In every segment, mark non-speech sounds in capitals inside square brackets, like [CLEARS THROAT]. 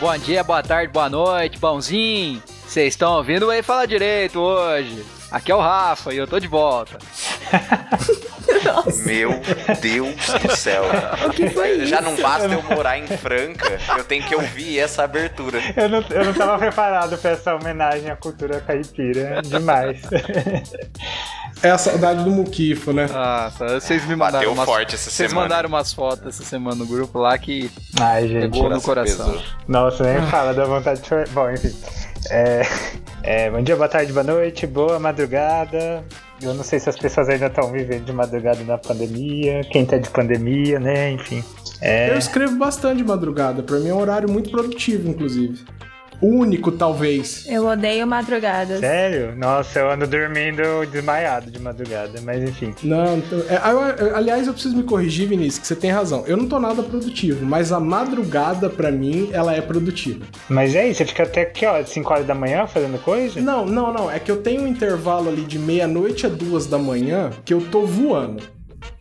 Bom dia, boa tarde, boa noite, pãozinho. Vocês estão ouvindo o Ei Fala Direito hoje. Aqui é o Rafa e eu tô de volta. Meu Deus do céu. O que foi Já isso? não basta eu morar em Franca, eu tenho que ouvir essa abertura. Eu não, eu não tava preparado pra essa homenagem à cultura caipira. Demais. [LAUGHS] É a saudade do Muquifo, né? Nossa, vocês me mandaram Ah, Bateu umas... forte essa Vocês semana. mandaram umas fotos essa semana no grupo lá que Ai, gente. pegou no coração. pesou. Nossa, nem fala, dá vontade de chorar. Bom, enfim. É, é, bom dia, boa tarde, boa noite, boa madrugada. Eu não sei se as pessoas ainda estão vivendo de madrugada na pandemia, quem tá de pandemia, né? Enfim. É, Eu escrevo bastante de madrugada. Pra mim é um horário muito produtivo, inclusive. Único, talvez. Eu odeio madrugadas. sério? Nossa, eu ando dormindo desmaiado de madrugada, mas enfim. Não, então- é, ah, eu- eu- aliás, eu preciso me corrigir, Vinícius, que você tem razão. Eu não tô nada produtivo, mas a madrugada, pra mim, ela é produtiva. Mas é isso, você fica até que horas? 5 horas da manhã fazendo coisa? Não, não, não. É que eu tenho um intervalo ali de meia-noite a duas da manhã que eu tô voando.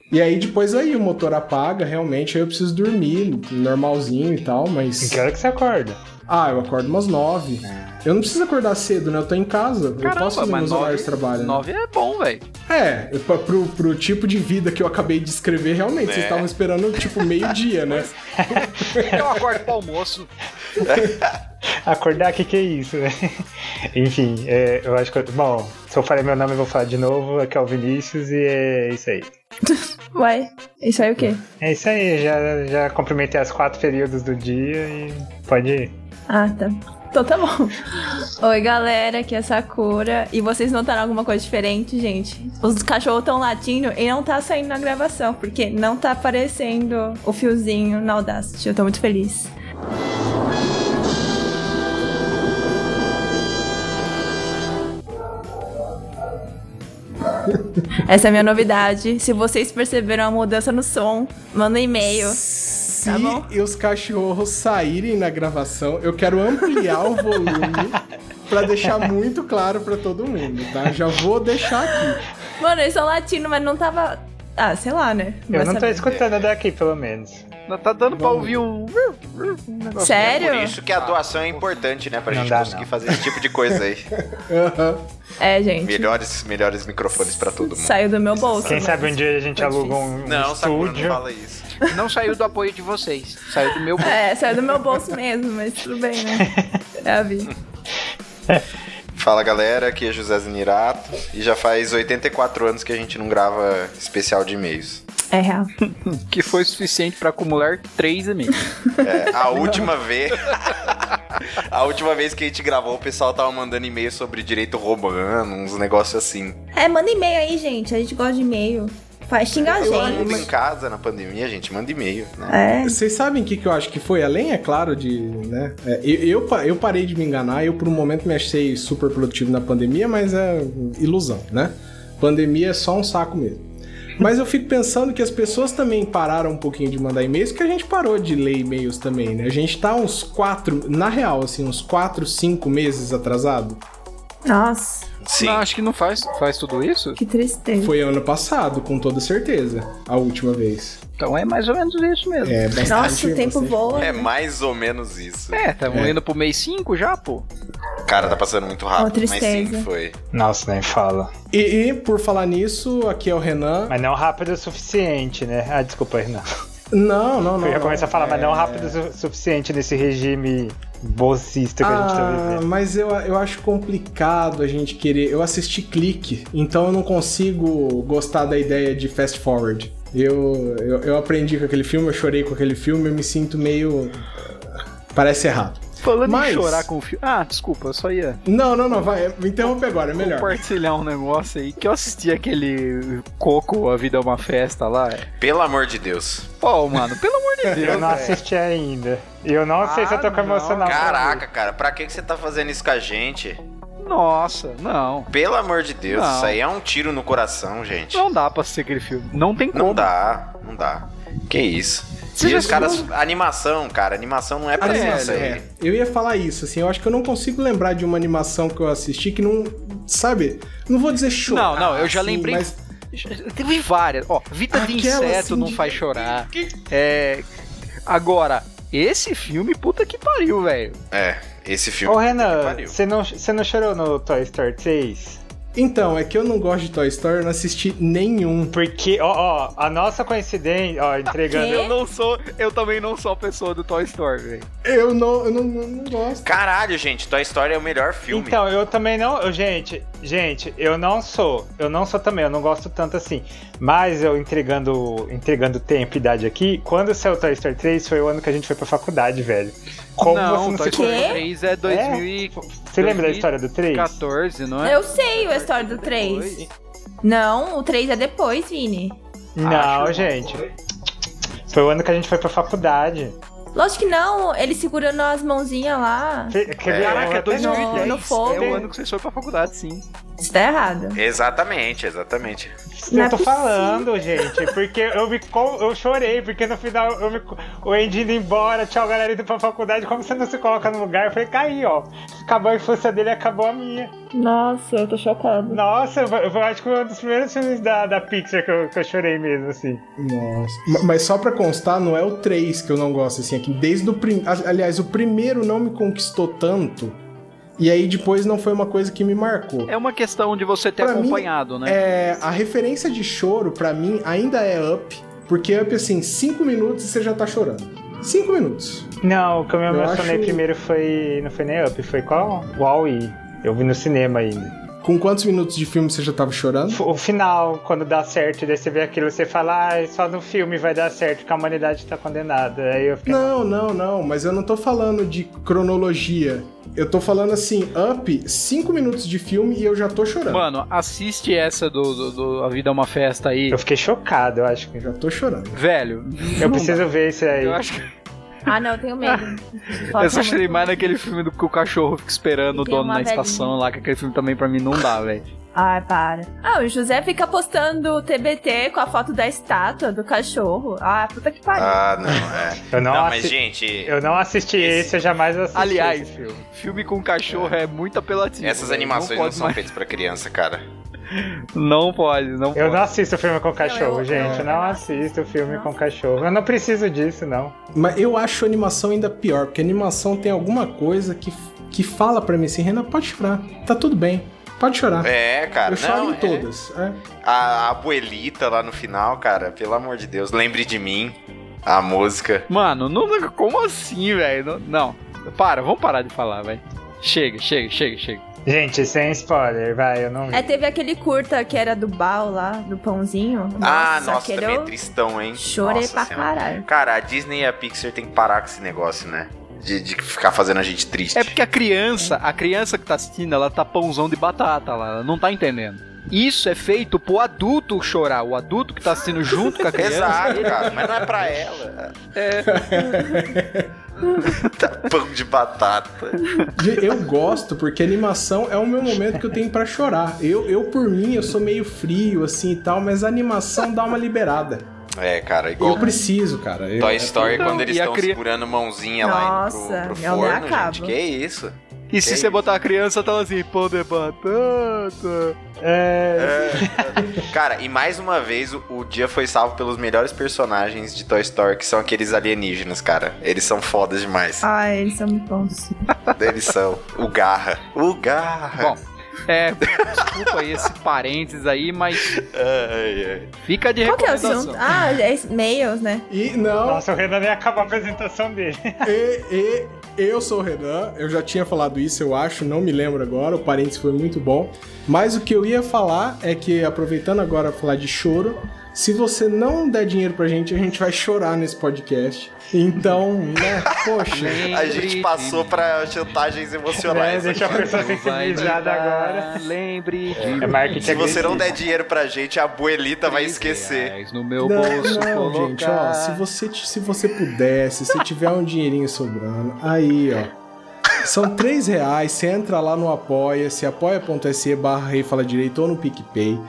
E aí depois aí o motor apaga, realmente, aí eu preciso dormir, normalzinho e tal, Em mas. que hora que você acorda? Ah, eu acordo umas nove. É. Eu não preciso acordar cedo, né? Eu tô em casa. eu posso fazer meus nove- horários de trabalho. né? Nove é bom, velho. É, pra- pro, pro tipo de vida que eu acabei de escrever, realmente, vocês É. estavam esperando tipo meio-dia, [LAUGHS] né? Eu acordo pro almoço. Acordar, que que é isso, [LAUGHS] né? Enfim, é, eu acho que. eu- Bom, se eu falei meu nome, eu vou falar de novo. Aqui é o Vinícius e é isso aí. Ué, isso aí o quê? É isso aí, já, já cumprimentei as quatro períodos do dia e pode ir. Ah, tá. Então tá bom. Oi, galera, aqui é a Sakura. E vocês notaram alguma coisa diferente, gente? Os cachorros estão latindo e não tá saindo na gravação, porque não tá aparecendo o fiozinho na Audacity. Eu tô muito feliz. Essa é a minha novidade. Se vocês perceberam a mudança no som, manda um e-mail. Se Tá bom. os cachorros saírem na gravação, eu quero ampliar o [LAUGHS] volume pra deixar muito claro pra todo mundo, tá? Já vou deixar aqui. Mano, eles são latinos, mas não tava. Ah, sei lá, né? Eu Vai não tô saber. escutando daqui, pelo menos. Não tá dando pra ouvir um. um negócio. Sério? Por isso que a doação é importante, né? Pra Não gente dá, conseguir não. fazer esse tipo de coisa aí. Aham. É, gente. Melhores, melhores microfones pra todo mundo. Saiu do meu bolso. Quem mas sabe um dia a gente tá aluga difícil. um, um Não, Sakura, não estúdio. fala isso. Não saiu do apoio de vocês. Saiu do meu. É, saiu do meu bolso mesmo, mas tudo bem, [LAUGHS] né? É a vida. Fala galera, aqui é José Zinirato. E já faz 84 anos que a gente não grava especial de e-mails. É real. Que foi suficiente pra acumular três amigos. É, [LAUGHS] a última vez. [LAUGHS] a última vez que a gente gravou, o pessoal tava mandando e-mail sobre direito romano, uns negócios assim. É, manda e-mail aí, gente. A gente gosta de e-mail. Faz xingar a Todo mundo Ah, gente. em casa na pandemia, gente, manda e-mail, né? É. Vocês sabem o que, que eu acho que foi? Além, é claro, de. Né? É, eu, eu, pa- eu parei de me enganar, eu por um momento me achei super produtivo na pandemia, mas é ilusão, né? Pandemia é só um saco mesmo. Mas eu fico pensando que as pessoas também pararam um pouquinho de mandar e-mails, porque a gente parou de ler e-mails também, né? A gente tá uns quatro, na real, assim, uns quatro, cinco meses atrasado. Nossa, Sim. Não, acho que não faz. Faz tudo isso? que tristeza. Foi ano passado, com toda certeza, a última vez. Então é mais ou menos isso mesmo. É, bastante. Nossa, o tempo bastante. voa. É mais ou menos isso. É, tamo indo pro mês 5 já, pô. Cara, tá passando muito rápido, Uma mas sim, tristeza. foi. Nossa, nem fala. E, e, por falar nisso, aqui é o Renan. Mas não rápido o suficiente, né? Ah, desculpa, Renan. Não, não, não. Eu ia não. começar a falar, mas não É. rápido o su- suficiente nesse regime bolsista que a gente tá Ah, vivendo. mas eu, eu acho complicado a gente querer. Eu assisti clique, então eu não consigo gostar da ideia de fast forward. Eu, eu, eu aprendi com aquele filme, eu chorei com aquele filme, eu me sinto meio. Parece errado. Falando Mas- em chorar com o filme. Ah, desculpa, eu só ia Não, não, não, vai. Me interrompe agora, é melhor. compartilhar um negócio aí. Que eu assisti aquele Coco, A Vida é uma Festa lá. Pelo amor de Deus. Pô, mano, pelo amor de [LAUGHS] Deus. Eu não velho. assisti ainda. E eu não sei se eu tô com Ah, não. emocional. pra Caraca, cara, pra que que você tá fazendo isso com a gente? Nossa, não. Pelo amor de Deus, Não. isso aí é um tiro no coração, gente. Não dá pra assistir aquele filme. Não tem como. Não dá, não dá. Que isso. Você e já os caras. Animação, cara, animação não é pra Aliás, isso é, aí. eu ia falar isso, assim, eu acho que eu não consigo lembrar de uma animação que eu assisti que não. Sabe? Não vou dizer chorar. Não, não, eu já assim, lembrei. Mas Teve várias. Ó, Vida de Aquela, Inseto assim, não de- faz chorar. É. Agora, Esse filme, puta que pariu, velho. É, esse filme. Ô puta que Renan, pariu. você não, você não chorou no Toy Story 3? Então, é que eu não gosto de Toy Story, eu não assisti nenhum. Porque, ó, ó, a nossa coincidência, ó, entregando. Quê? Eu não sou, eu também não sou a pessoa do Toy Story, velho. Eu não, eu não, não, não gosto. Caralho, gente, Toy Story é o melhor filme. Então, eu também não. eu- gente, gente, eu não sou. Eu não sou também, eu não gosto tanto assim. Mas eu entregando, entregando tempo e idade aqui, quando saiu o Toy Story 3 foi o ano que a gente foi pra faculdade, velho. Como não, assim? você Toy não se... Story Quê? 3 é 2014, Você lembra da história do 3? não é? Eu sei a história do 3. Não, o 3 é depois, Vini. Não, Acho. gente. Foi o ano que a gente foi pra faculdade. Lógico que não, ele segurando as mãozinhas lá. Que- quer ver? Caraca, é Eu até não- 2010. no fogo. É o ano que vocês foram pra faculdade, sim. Isso tá errado. Exatamente, exatamente. Então. Não é eu tô possível. falando, gente, porque eu me co- eu chorei, porque no final eu me co- o Andy indo embora, tchau galera indo pra faculdade, como você não se coloca no lugar? Eu falei, caí, ó. Acabou a infância dele, acabou a minha. Nossa, eu tô chocado. Nossa, eu, eu acho que foi um dos primeiros filmes da, da Pixar que eu, que eu chorei mesmo, assim. Nossa. Ma- Mas só pra constar, não é o 3 que eu não gosto, assim, aqui. Desde o prim... a- Aliás, o primeiro não me conquistou tanto. E aí depois não foi uma coisa que me marcou. É uma questão de você ter Pra mim, acompanhado, né? É, a referência de choro, pra mim, ainda é Up. Porque Up, assim, 5 minutos e você já tá chorando. 5 minutos. Não, o que eu me Eu emocionei acho- primeiro foi. Não foi nem Up, foi qual? Wall-E. Eu vi no cinema ainda. Com quantos minutos de filme você já tava chorando? F- O final, quando dá certo, daí você vê aquilo, você fala, ah, só no filme vai dar certo, que a humanidade tá condenada. Aí eu fiquei. Não, não, não, mas eu não tô falando de cronologia. Eu tô falando assim, Up, 5 minutos de filme e eu já tô chorando. Mano, assiste essa do, do- do A Vida é uma Festa aí. Eu fiquei chocado, eu acho que. Já tô chorando. Velho, Eu preciso ver isso [LAUGHS] aí. eu acho que Ah, não, eu tenho [LAUGHS] medo. é eu só chorei mais naquele filme do que o cachorro fica esperando o Tem dono uma na estação lá, que aquele filme também pra mim não dá, velho. Ai, para. Ah, o José fica postando o TBT com a foto da estátua do cachorro. Ah, puta que pariu. Ah, não, é. Eu não, não, mas, assi- gente, eu não assisti esse, eu jamais assisti. Aliás, esse filme. Filme com cachorro é, muito apelativo. essas velho. animações não, pode são mais- feitas pra [LAUGHS] criança, cara. Não pode, não Eu pode. não assisto filme com cachorro, eu- gente. eu- Eu não assisto filme Nossa. com cachorro. Eu não preciso disso, não. Mas eu acho a animação ainda pior, porque a animação tem alguma coisa que, que fala pra mim assim, Renan, pode chorar, tá tudo bem, pode chorar. É, cara. eu choro não, em é. todas. é. A a abuelita lá no final, cara, pelo amor de Deus, lembre de mim. A música. Mano, não, como assim, velho? Não, não. Para, vamos parar de falar, velho. Chega, chega, chega, chega. Gente, sem spoiler, vai, eu não Ah. vi. É, teve aquele curta que era do Bal lá, do pãozinho. ah, nossa, aquele também é eu tristão, hein? chorei Nossa pra Senhora. caralho. Cara, a Disney e a Pixar tem que parar com esse negócio, né? De, de ficar fazendo a gente triste. É porque a criança, a criança que tá assistindo, ela tá pãozão de batata lá, ela não tá entendendo. Isso é feito pro adulto chorar, o adulto que tá assistindo junto [LAUGHS] com a criança. [LAUGHS] Exato, cara, mas não é pra ela. É. [LAUGHS] tá pão de batata. De- Eu gosto, porque animação é o meu momento que eu tenho pra chorar. Eu, eu, por mim, eu sou meio frio, assim e tal, mas a animação dá uma liberada. É, cara, igual Eu preciso, cara. Eu- Toy Story, Então, quando eles e a estão cri- segurando mãozinha lá Nossa, indo pro, pro eu me forno, acabo. gente. Que isso? E se É você isso. botar a criança, tá assim, pão de batata. É, É. cara, e mais uma vez, o, o dia foi salvo pelos melhores personagens de Toy Story, que são aqueles alienígenas, cara. Eles são fodas [LAUGHS] demais. Ai, eles são muito bons. Eles são o Garra. O Garra. Bom, é, desculpa aí esse parênteses aí, mas Ai, ai. fica de Qual que é o recomendação. assunto? Ah, é esse- Mails, né? E não, Nossa, o Renan nem acabou a apresentação dele. e, e- eu sou o Renan, eu já tinha falado isso, eu acho, não me lembro agora, o parênteses foi muito bom. Mas o que eu ia falar é que, aproveitando agora pra falar de choro, se você não der dinheiro pra gente, a gente vai chorar nesse podcast. Então, né, poxa. A gente passou pra Né, chantagens emocionais. É, deixa aqui. a pessoa sensibilizada agora. Lembre É marketing Se você não der agressivo. dinheiro pra gente, a abuelita vai esquecer. No meu Não, bolso não, colocar. gente, ó, se você, t- se você pudesse, se tiver um dinheirinho sobrando, aí, ó. São três reais, você entra lá no Apoia-se, apoia.se barra Rei Fala Direito ou no PicPay.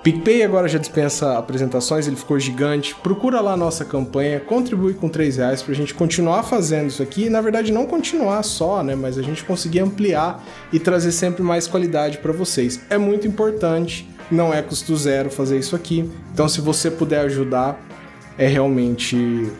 PicPay agora já dispensa apresentações, ele ficou gigante. Procura lá a nossa campanha, contribui com três reais pra gente continuar fazendo isso aqui. E, na verdade, não continuar só, né? Mas a gente conseguir ampliar e trazer sempre mais qualidade pra vocês. É muito importante, não é custo zero fazer isso aqui. Então, se você puder ajudar, é realmente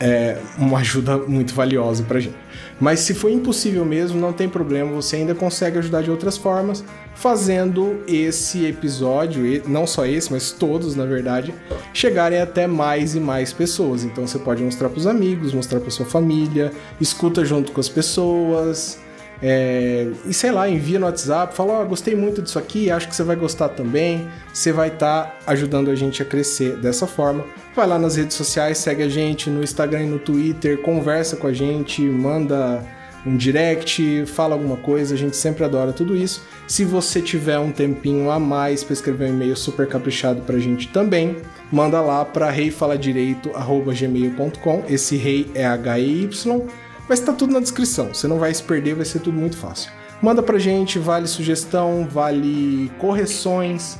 é uma ajuda muito valiosa pra gente. Mas se for impossível mesmo, não tem problema, você ainda consegue ajudar de outras formas, fazendo esse episódio, e não só esse, mas todos, na verdade, chegarem até mais e mais pessoas. Então você pode mostrar pros amigos, mostrar pra sua família, escuta junto com as pessoas, é, e sei lá, envia no WhatsApp, fala: Ó, gostei muito disso aqui, acho que você vai gostar também. Você vai estar ajudando a gente a crescer dessa forma. Vai lá nas redes sociais, segue a gente no Instagram e no Twitter, conversa com a gente, manda um direct, fala alguma coisa, a gente sempre adora tudo isso. Se você tiver um tempinho a mais para escrever um e-mail super caprichado pra gente também, manda lá para reifaladireito@gmail.com. Esse rei é H E Y. Mas tá tudo na descrição, você não vai se perder, vai ser tudo muito fácil. Manda pra gente, vale sugestão, vale correções,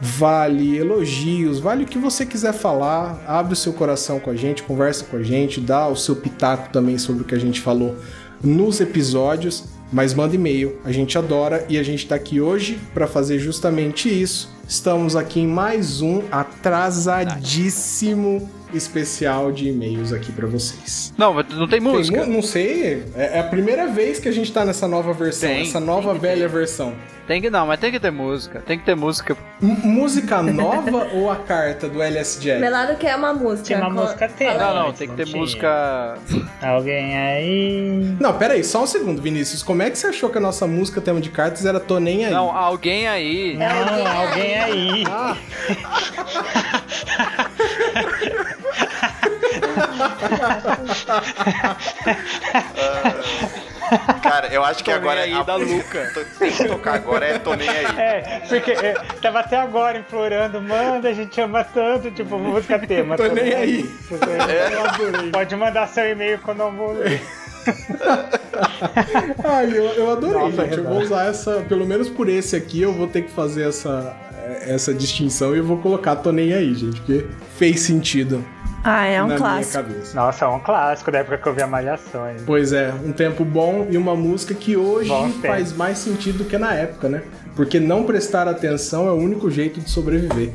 vale elogios, vale o que você quiser falar. Abre o seu coração com a gente, conversa com a gente, dá o seu pitaco também sobre o que a gente falou nos episódios, mas manda e-mail, a gente adora e a gente tá aqui hoje para fazer justamente isso. Estamos aqui em mais um atrasadíssimo especial de e-mails aqui pra vocês. Não, mas não tem Tem música. mu- não sei. É, é a primeira vez que a gente tá nessa nova versão, Tem, essa nova velha versão. Tem que não, mas tem que ter música. Tem que ter música. M- [LAUGHS] música nova ou a carta do LS Jack? Melado quer uma música. Tinha uma Co- música tema. Não, não, mas tem que ter tinha. música. Alguém aí. Não, pera aí, só um segundo, Vinícius. Como é que você achou que a nossa música tema de cartas era Tô Nem Aí? Não, alguém aí. Não, alguém aí. Ah, Cara, eu acho que Tô agora é nem aí a da música Luca. to- Tem que tocar agora é Tô nem aí. É, porque eu tava até agora implorando, manda, a gente ama tanto, tipo, música tema. [LAUGHS] Tô nem aí. É. Tô nem aí. Pode mandar seu e-mail quando eu vou ler. [LAUGHS] ai, eu, eu adorei, Nossa, gente. Eu Renan. vou usar essa, pelo menos por esse aqui, eu vou ter que fazer essa, essa distinção e eu vou colocar Tô Nem Aí, gente, porque fez sentido Ah, é um na clássico. minha cabeça. Nossa, é um clássico da época que eu vi a Malhações. Pois é, um tempo bom e uma música que hoje Bom tempo. faz mais sentido do que na época, né? Porque não prestar atenção é o único jeito de sobreviver.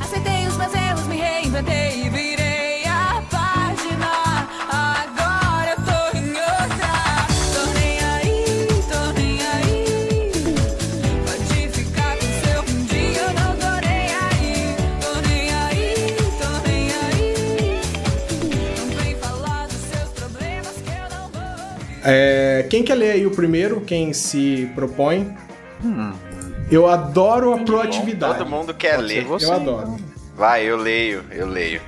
Aceitei os meus erros, me reinventei e virei a página. Agora eu tô em outra. Tô nem aí, tô nem aí. Pode ficar com seu um dia, eu não tô nem aí. Tô nem aí, tô nem aí. Não vem falar dos seus problemas que eu não vou. É, quem quer ler aí o primeiro? Quem se propõe? Hum. Eu adoro a proatividade. Todo mundo quer Pode ser ler. você. Eu adoro. Vai, eu leio, eu leio.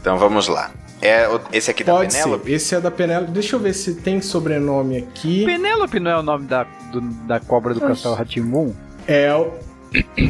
Então vamos lá. É o- esse aqui Pode da ser. Penélope? Esse é da Penélope. Deixa eu ver se tem sobrenome aqui. Penélope não é o nome da, do- da cobra do castelo Ratimbum? É o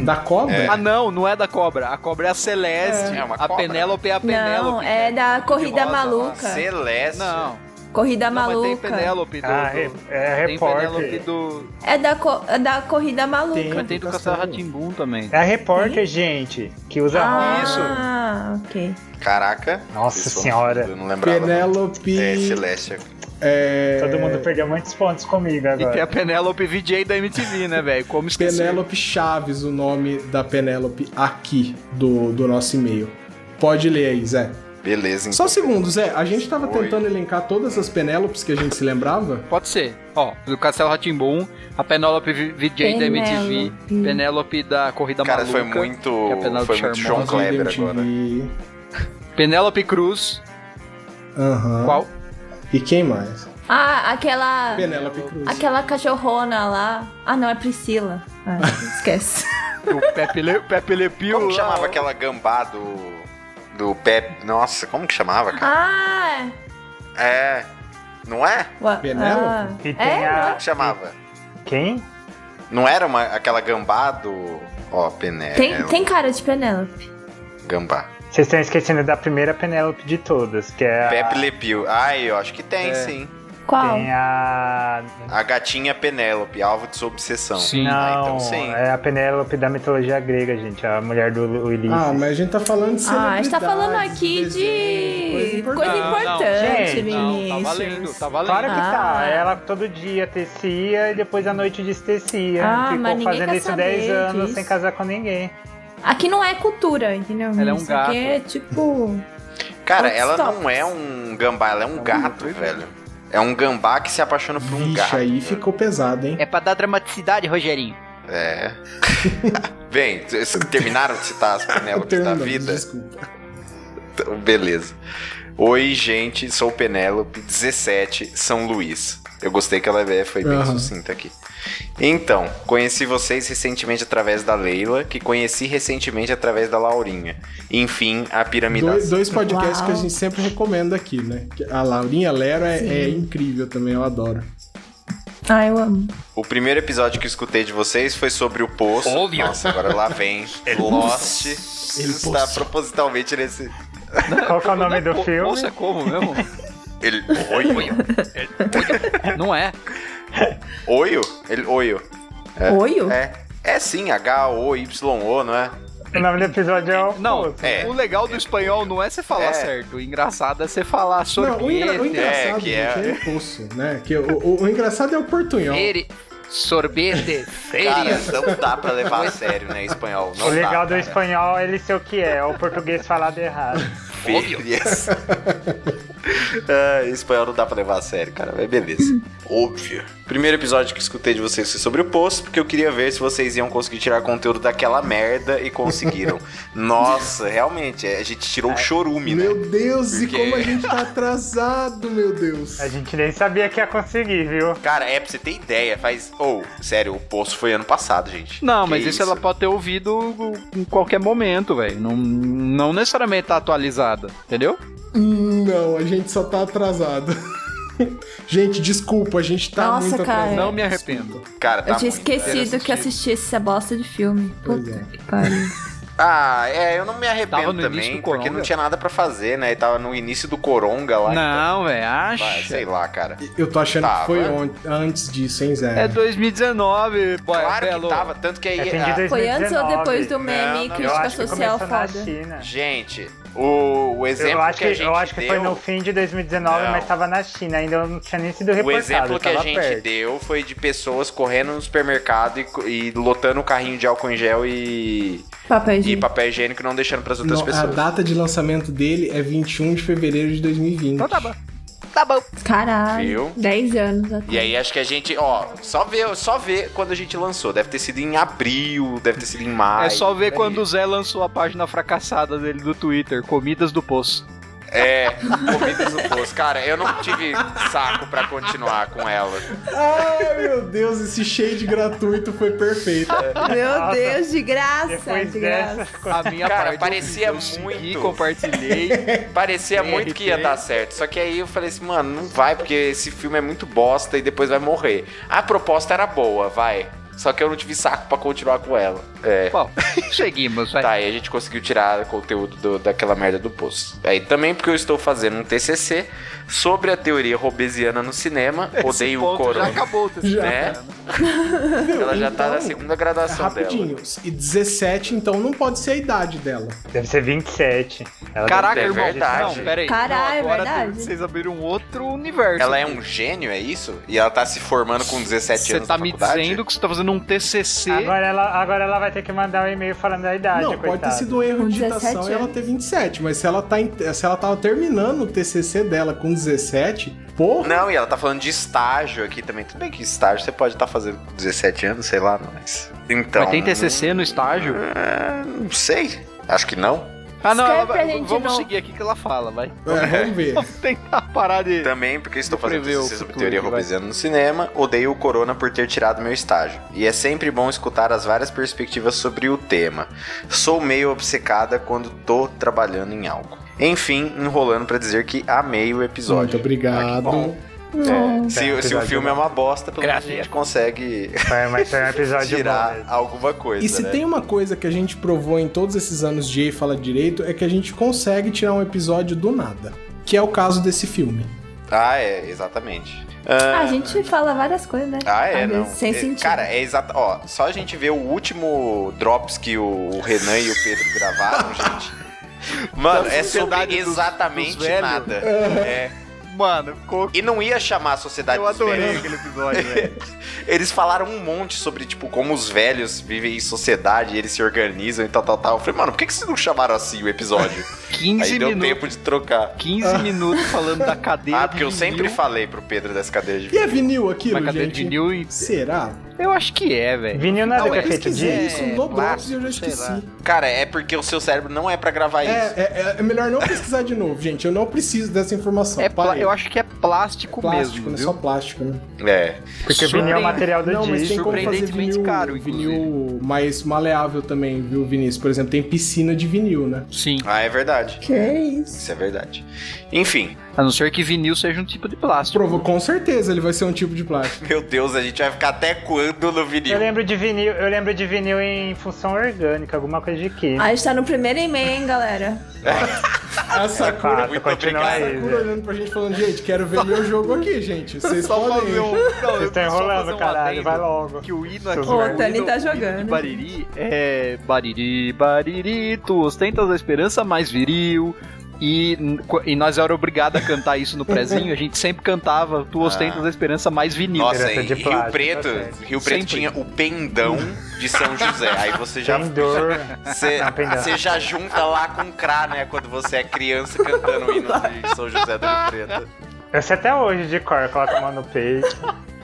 da cobra. Ah, não, não é da cobra. A cobra é a Celeste. É. É uma a cobra? Penélope é a Penélope. né? Não, é da Corrida rosa lá. Maluca. Celeste. Não, Corrida não, mas tem Maluca. Penélope do. Ah, do- é, é Tem Penélope repórter. do. É da, co- é da Corrida Maluca. Tem. Mas tem do Castelo Ratimbum também. É a repórter, gente, que usa Ah, rosa. Ah, ok. Caraca. Nossa Isso, senhora. Eu não lembrava. Penélope. É, Celeste. é, Todo mundo perdeu muitos pontos comigo E tem a é agora. Penélope VJ da MTV, né, velho? Como esquecer? Penélope Chaves, o nome da Penélope aqui do, do nosso e-mail. Pode ler aí, Zé. Beleza, então. Só um segundo, Zé. A gente tava Oi. tentando elencar todas as Penélopes que a gente se lembrava. Pode ser. Ó, do Castelo Ratimbum, a Penélope V- VJ da MTV, Penélope. Penélope da Corrida Cara, Maluca. foi muito. que é a Penélope Foi muito João Charmosa. Fazer Kleber MTV. agora. Penélope Cruz. Aham. Qual? E quem mais? Ah, aquela. Penélope Cruz. Aquela cachorrona lá. Ah, não, é Priscila. Ah, esquece. O Pepe, Le, Pepe Le Pew. Como que lá, chamava ó. aquela gambá do. Do Pepe. Nossa, como que chamava, cara? Ah! É. Não é? Ua, Penélope? ah, E tem é? a. Como que chamava? Quem? Não era uma, aquela gambá do. Ó, Penélope. é? Tem, tem cara de Penélope. Gambá. Vocês estão esquecendo da primeira Penélope de todas, que é a. Pepe Le Pew. Ai, eu acho que tem, É. sim. Qual? Tem a. A gatinha Penélope, alvo de sua obsessão. Sim. Não, Ah, então sim. é a Penélope da mitologia grega, gente. A mulher do Ulisses. Ah, mas a gente tá falando de Ah, a gente tá celebridades, né, falando aqui desenho, de Coisa coisa Ah, importante. Não, não, importante, gente, Não, Vinícius. tá valendo, tá valendo. Claro que Ah. tá. Ela todo dia tecia e depois à noite destecia. Ah, mas Ficou ninguém fazendo quer isso saber 10 anos disso. [LAUGHS] sem casar com ninguém. Aqui não é cultura, entendeu? Ela é um Isso aqui gato. é tipo. Cara, Onde ela está? não é um gambá, ela é um gato, velho. É um gambá que se apaixona por um Vixe, gato. aí ficou pesado, hein? É pra dar dramaticidade, Rogerinho. É. [LAUGHS] Bem, vocês terminaram de citar as [LAUGHS] Penélopes É da Terminamos, vida? Desculpa. Então, Beleza. Oi, gente, sou Penélope, 17, São Luís. Eu gostei que ela é- foi bem Aham. sucinta aqui. Então, conheci vocês recentemente através da Leila, que conheci recentemente através da Laurinha. Enfim, a piramidal. Dois, dois podcasts Uau. que a gente sempre recomenda aqui, né? Que A Laurinha Lero é, é incrível também, eu adoro. Ai, eu amo. O primeiro episódio que eu escutei de vocês foi sobre o poço. Óbvio. Nossa, agora lá [LAUGHS] vem Lost. Ele Está poço. propositalmente nesse. Qual que é o nome do Po- filme? Poça como [LAUGHS] mesmo? Ele. Oio? Não é. Oio? Ele. Oio. É. Oio? É. É sim, H-O-Y-O, não é? O nome do episódio é o. Não, Pô, É. o legal do espanhol não é você falar É. certo. O engraçado é você falar Não, o, engra- o sorvete. engraçado, É, que gente, é- é... o poço, né? Que o, o- o engraçado é o portunhol. Feri- Sorvete, Cara, férias. não então dá pra levar a sério, né, espanhol. Não O legal do dá, espanhol é ele ser o que é, é o português falado errado. [LAUGHS] Óbvio. Férias. Ah, espanhol não dá pra levar a sério, cara, mas beleza. Óbvio. Primeiro episódio que escutei de vocês foi sobre o poço, porque eu queria ver se vocês iam conseguir tirar conteúdo daquela merda [LAUGHS] e conseguiram. Nossa, realmente, é, a gente tirou o chorume, né? Meu Deus, Porque- e como a gente tá atrasado, meu Deus. A gente nem sabia que ia conseguir, viu? Cara, é pra você ter ideia, faz. Ou, sério, o poço foi ano passado, gente. Não, Que mas isso ela pode ter ouvido em qualquer momento, velho. Não, não necessariamente tá atualizada, entendeu? Hum, Não, a gente só tá atrasado. [LAUGHS] gente, desculpa, a gente tá Nossa, muito cara. atrasado. Não me arrependo. Cara, tá eu tinha muito, esquecido que assisti essa bosta de filme. Pois Puta é. que pariu. Ah, é, eu não me Tava arrependo no início também, do porque Coronga? não tinha nada pra fazer, né? E tava no início do Coronga lá. Não, velho, então, vai, sei acha. lá, cara. Eu tô achando Tava. que foi on- antes disso, hein, Zé? É 2019, boy, claro belo. que tava, tanto que aí. É fim ah, de 2019. Foi antes ou depois do meme Não, não, Eu crítica acho que social começou na foda? China. Gente, o, o exemplo Eu acho que, que, a gente eu acho que deu, foi no fim de 2019, Não. mas tava na China, ainda não tinha nem sido O reportado. exemplo que a tava gente perto. deu foi de pessoas correndo no supermercado e, co- e lotando o carrinho de álcool em gel e, Papai e de. papel higiênico e não deixando pras outras Não, ah, tá. a pessoas. data de lançamento dele é 21 de fevereiro de 2020. Então tá bom. Tá bom. Caralho. Viu? 10 anos atrás. E aí acho que a gente, ó, só vê, só vê quando a gente lançou. Deve ter sido em abril, deve ter sido em maio. é só ver por aí. quando o Zé lançou a página fracassada dele do Twitter, Comidas do Poço. É, comidas no poço. Cara, eu não tive saco pra continuar com ela. Ai, meu Deus, esse shade gratuito foi perfeito. Meu Nossa. Deus, de graça, Depois de dessa, [LAUGHS] graça. A minha Cara, parte parecia eu fiz, eu segui, muito. compartilhei. Parecia muito que ia dar certo. Só que aí eu falei assim, mano, não vai, porque esse filme é muito bosta e depois vai morrer. A proposta era boa, vai. Só que eu não tive saco pra continuar com ela. [LAUGHS] É. bom, seguimos, vai. Tá, aí a gente conseguiu tirar o conteúdo do- daquela merda do poço. Aí também porque eu estou fazendo um TCC sobre a teoria robesiana [LAUGHS] no cinema. Odeio o ponto Já corona. acabou, Então, tá Já. Né? Ela já tá na segunda graduação dela. Rapidinho. E 17, então, não pode ser a idade dela. Deve ser 27. Ela Caraca, É deve- irmão. verdade. Não, peraí. Caralho, é não, agora verdade. tem- vocês abriram um outro universo. Ela é um gênio, é isso? E ela tá se formando com 17 Você anos tá na me faculdade? dizendo que você tá fazendo um TCC. Agora ela, agora ela vai ter que mandar um e-mail falando a idade, não, coitada. pode ter sido um erro Com de 17 digitação e ela anos. ter 27. Mas se ela, tá em- se ela tava terminando o TCC dela com 17, porra. Não, e ela tá falando de estágio aqui também. Tudo bem que estágio você pode estar fazendo com 17 anos, sei lá, mas... Então... Mas tem TCC no estágio? Ah, Não sei. Acho que não. Ah, não, Escreve ela, pra gente vamos não. seguir aqui que ela fala, vai. É, [LAUGHS] vamos ver. Vamos tentar parar de. Também porque estou Vou fazendo prever o TCC sobre futuro teoria que vai. robesiana no cinema. Odeio o corona por ter tirado meu estágio. E é sempre bom escutar as várias perspectivas sobre o tema. Sou meio obcecada quando tô trabalhando em algo. Enfim, enrolando pra dizer que amei o episódio. Muito Ah, que obrigado. bom. É, Hum, se, se o episódio filme é bom. uma bosta, pelo menos a Graças. gente consegue Foi, mas foi um é episódio bom. tirar mesmo. alguma coisa. E se né? tem uma coisa que a gente provou em todos esses anos de Ei Fala Direito, é que a gente consegue tirar um episódio do nada. Que é o caso desse filme. Ah, é, exatamente. Ah, a gente fala várias coisas, né? É. Ah, é, Às não. vezes, Sem É, sentido. Cara, é exato. Ó, só a gente ver o último Drops que o, o Renan e o Pedro gravaram, gente. Mano, Da é sociedade sobre Tá dos- exatamente dos velhos. nada. É. Mano, ficou. E não ia chamar a sociedade Eu dos adorei velhos. aquele episódio, velho. [LAUGHS] Eles falaram um monte sobre, tipo, como os velhos vivem em sociedade, e eles se organizam e tal, tal, tal. Eu falei, mano, por que, que vocês não chamaram assim [LAUGHS] o episódio? 15 Aí deu minutos. tempo de trocar. 15 minutos falando da cadeira. Ah, de porque eu sempre vinil. falei pro Pedro dessa cadeira de E é vinil aquilo, Uma cadeira de gente? vinil e. Será? Eu acho que é, velho. Vinil nada Não, que é eles feito de. Quiser isso no Drops plástico, e eu já sei lá. esqueci. Cara, é porque o seu cérebro não é pra gravar É, isso. é- é melhor não pesquisar de novo, gente. Eu não preciso dessa informação. É pla- Parei. Eu acho que é plástico, plástico, mesmo, né? viu? Só plástico, né? É. Porque vinil é o Surpreende- material do Não, mas disco. tem como fazer surpreendentemente vinil, caro, inclusive. vinil mais maleável também, viu, Vinícius? Por exemplo, tem piscina de vinil, né? Sim. Ah, é verdade. Que isso? Isso é verdade. Enfim, A não ser que vinil seja um tipo de plástico. Provo, com certeza ele vai ser um tipo [LAUGHS] de plástico. meu Deus, a gente vai ficar até quando no Eu vinil? lembro de vinil, eu lembro de vinil em função orgânica, alguma coisa de é química. A gente tá no primeiro e-mail, hein, galera? A Sakura, Fato, muito continua a aí. Sakura Zé. olhando pra gente falando, gente, quero ver meu jogo aqui, gente. Vocês podem... um Não, Vocês estão tá enrolando, caralho, vai logo. Que o hino aqui- aqui. Ô, o Tani hino- tá o hino de jogando. Bariri é. Bariri, Bariri, tu ostentas a esperança mais viril. E, e nós era obrigado a cantar isso no prezinho, a gente sempre cantava Tu ostentas a esperança mais vinil. Ah. Nossa, Criança em de Rio plástico, Preto, tá certo. Rio Preto Sempre. tinha o pendão de São [LAUGHS] José. Aí você já Tem dor. Não, pendão. Você já junta lá com crá, né? Quando você é criança cantando o hino [LAUGHS] de São José do Rio Preto. Eu sei até hoje de cor, coloca a mão no [LAUGHS] peito.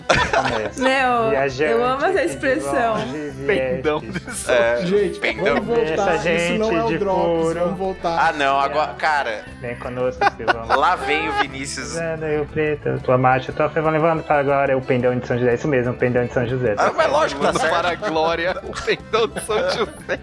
Começa. Meu, Viajante, eu amo essa de expressão. longe vieste. Pendão. [LAUGHS] É, Gente, pendão. vamos voltar, Deixa a isso não é gente o de Drops, couro. vamos voltar. Ah, não, agora. Cara, Vem conosco, que vamos. lá vem o Vinícius. Usando Rio Preto, tua marcha, tua fé, vamos levando para agora. É o pendão de São José, isso mesmo, o pendão de São José. Ah, mas lógico, tá É, Mano, para certo. a [LAUGHS] glória, É, o peitão de São José.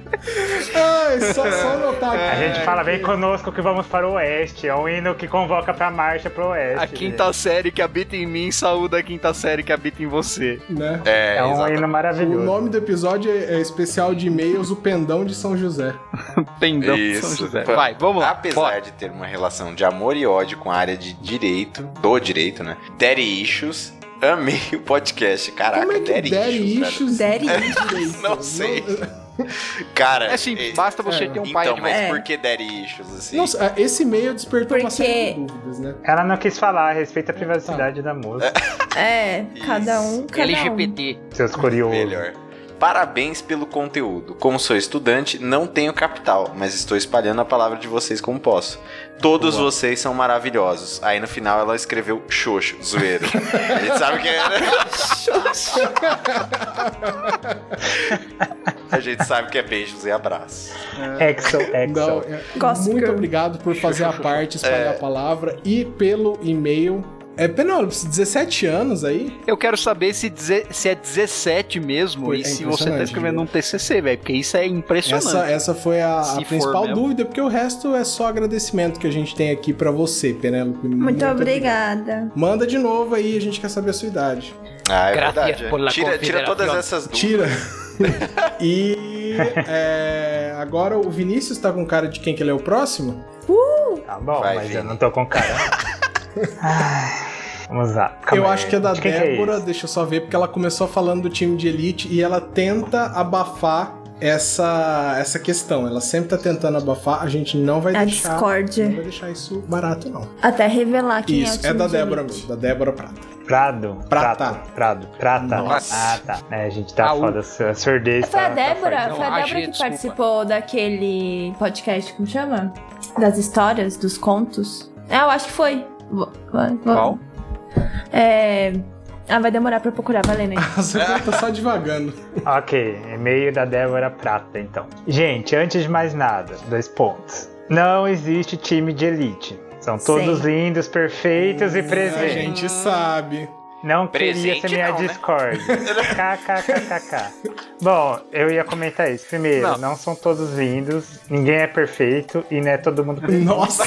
Ai, só, só notar É. A aqui. gente fala, vem conosco que vamos para o oeste. É um hino que convoca pra marcha pro oeste. né? A quinta série que habita em mim, saúda a quinta série que habita em você. Né? É, É um exato. hino O maravilhoso. nome do episódio é, é especial de e-mails, o pendão de São José. Pendão de São É Isso. José. Vai, vamos lá. Apesar bora. de ter uma relação de amor e ódio com a área de direito, do direito, né? Daddy Issues, amei o podcast. Caraca, Como é que Daddy, der Issues, velho. issues? é Daddy [LAUGHS] Não sei. Cara, É simples, eh, basta você é. ter um pai Então, de mas mais. É. por que Daddy Issues, assim? Nossa, é, esse e-mail despertou uma Porque- série de dúvidas, né? Ela não quis falar, respeita a privacidade da moça, É, cada Isso. um, cada um. É. seus curiosos. Melhor. Parabéns pelo conteúdo. Como sou estudante, não tenho capital, mas estou espalhando a palavra de vocês como posso. Todos vocês são maravilhosos. Aí no final ela escreveu Xoxo, zoeiro. A gente sabe que é. A gente sabe que é beijos e abraços. Exo, Não, exo. é- Gossip muito Girl. obrigado por fazer a parte, espalhar É. a palavra e pelo e-mail. É, Penélope, 17 anos aí? Eu quero saber se, deze- se é 17 mesmo Foi- e é se você tá impressionante, escrevendo um TCC, velho, porque isso é impressionante. Essa, essa foi a, a Se for principal mesmo. dúvida, porque o resto é só agradecimento que a gente tem aqui pra você, Penélope. Muito obrigada. Manda de novo aí, a gente quer saber a sua idade. Ah, é Gracias verdade. é. por la Tira, tira todas essas dúvidas. [LAUGHS] Tira. e é, agora o Vinícius tá com cara de quem que ele é o próximo? Tá bom, Vai, mas Vini. eu não tô com cara. Ai, Vamos lá. Calma eu aí. acho que é da De quem que Débora, isso? deixa eu só ver, porque ela começou falando do time de elite e ela tenta abafar essa, essa questão. Ela sempre tá tentando abafar, a gente não vai A deixar. Não discórdia. vai deixar isso barato, não. Até revelar quem é o isso, é, time da de Débora elite. mesmo, da Débora Prata. [LAUGHS] Prado. Prata. Prata. Prado. Prata. Nossa. Ah, tá. É, a gente tá Au. foda. A surdez Ah, Foi a tá- tá Débora, foda. foi a Não, a Débora G, que desculpa. participou daquele podcast, como chama? Das histórias, dos contos. Ah, eu acho que foi. Vou- vou- vou- Qual? É... Ah, vai demorar pra eu procurar, vai lendo aí. É. Você tá só devagando. Ok, e-mail da Débora Prata, então. Gente, antes de mais nada, dois pontos. Não existe time de elite. São todos Sim. lindos, perfeitos e A presentes. gente Ah. sabe. Não Presente queria semear não, né? Discord. KKKKK. Bom, eu ia comentar isso. Primeiro, Não. não. são todos lindos, ninguém é perfeito e não é todo mundo perfeito. [LAUGHS] Nossa!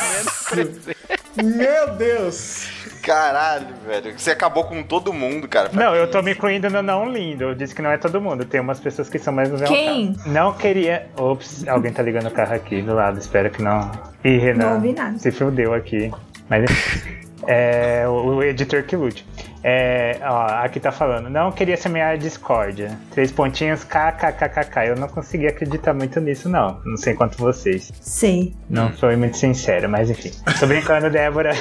Meu Deus! Caralho, velho. Você acabou com todo mundo, cara. Não, eu tô me incluindo no não lindo. Eu disse que não é todo mundo. Tem umas pessoas que são mais novelas. Quem? Não queria. Ops, alguém tá ligando o carro aqui do lado. Espero que não. Ih, Renan. Não ouvi nada. Se fudeu aqui. Mas enfim. é o o editor que lute. É, ó, aqui tá falando. Não queria semear a discórdia. Três pontinhos, kkkk. Eu não consegui acreditar muito nisso, não. Não sei quanto vocês. Sim. Hum. [LAUGHS] Não foi muito sincero, mas enfim. Tô brincando, Débora.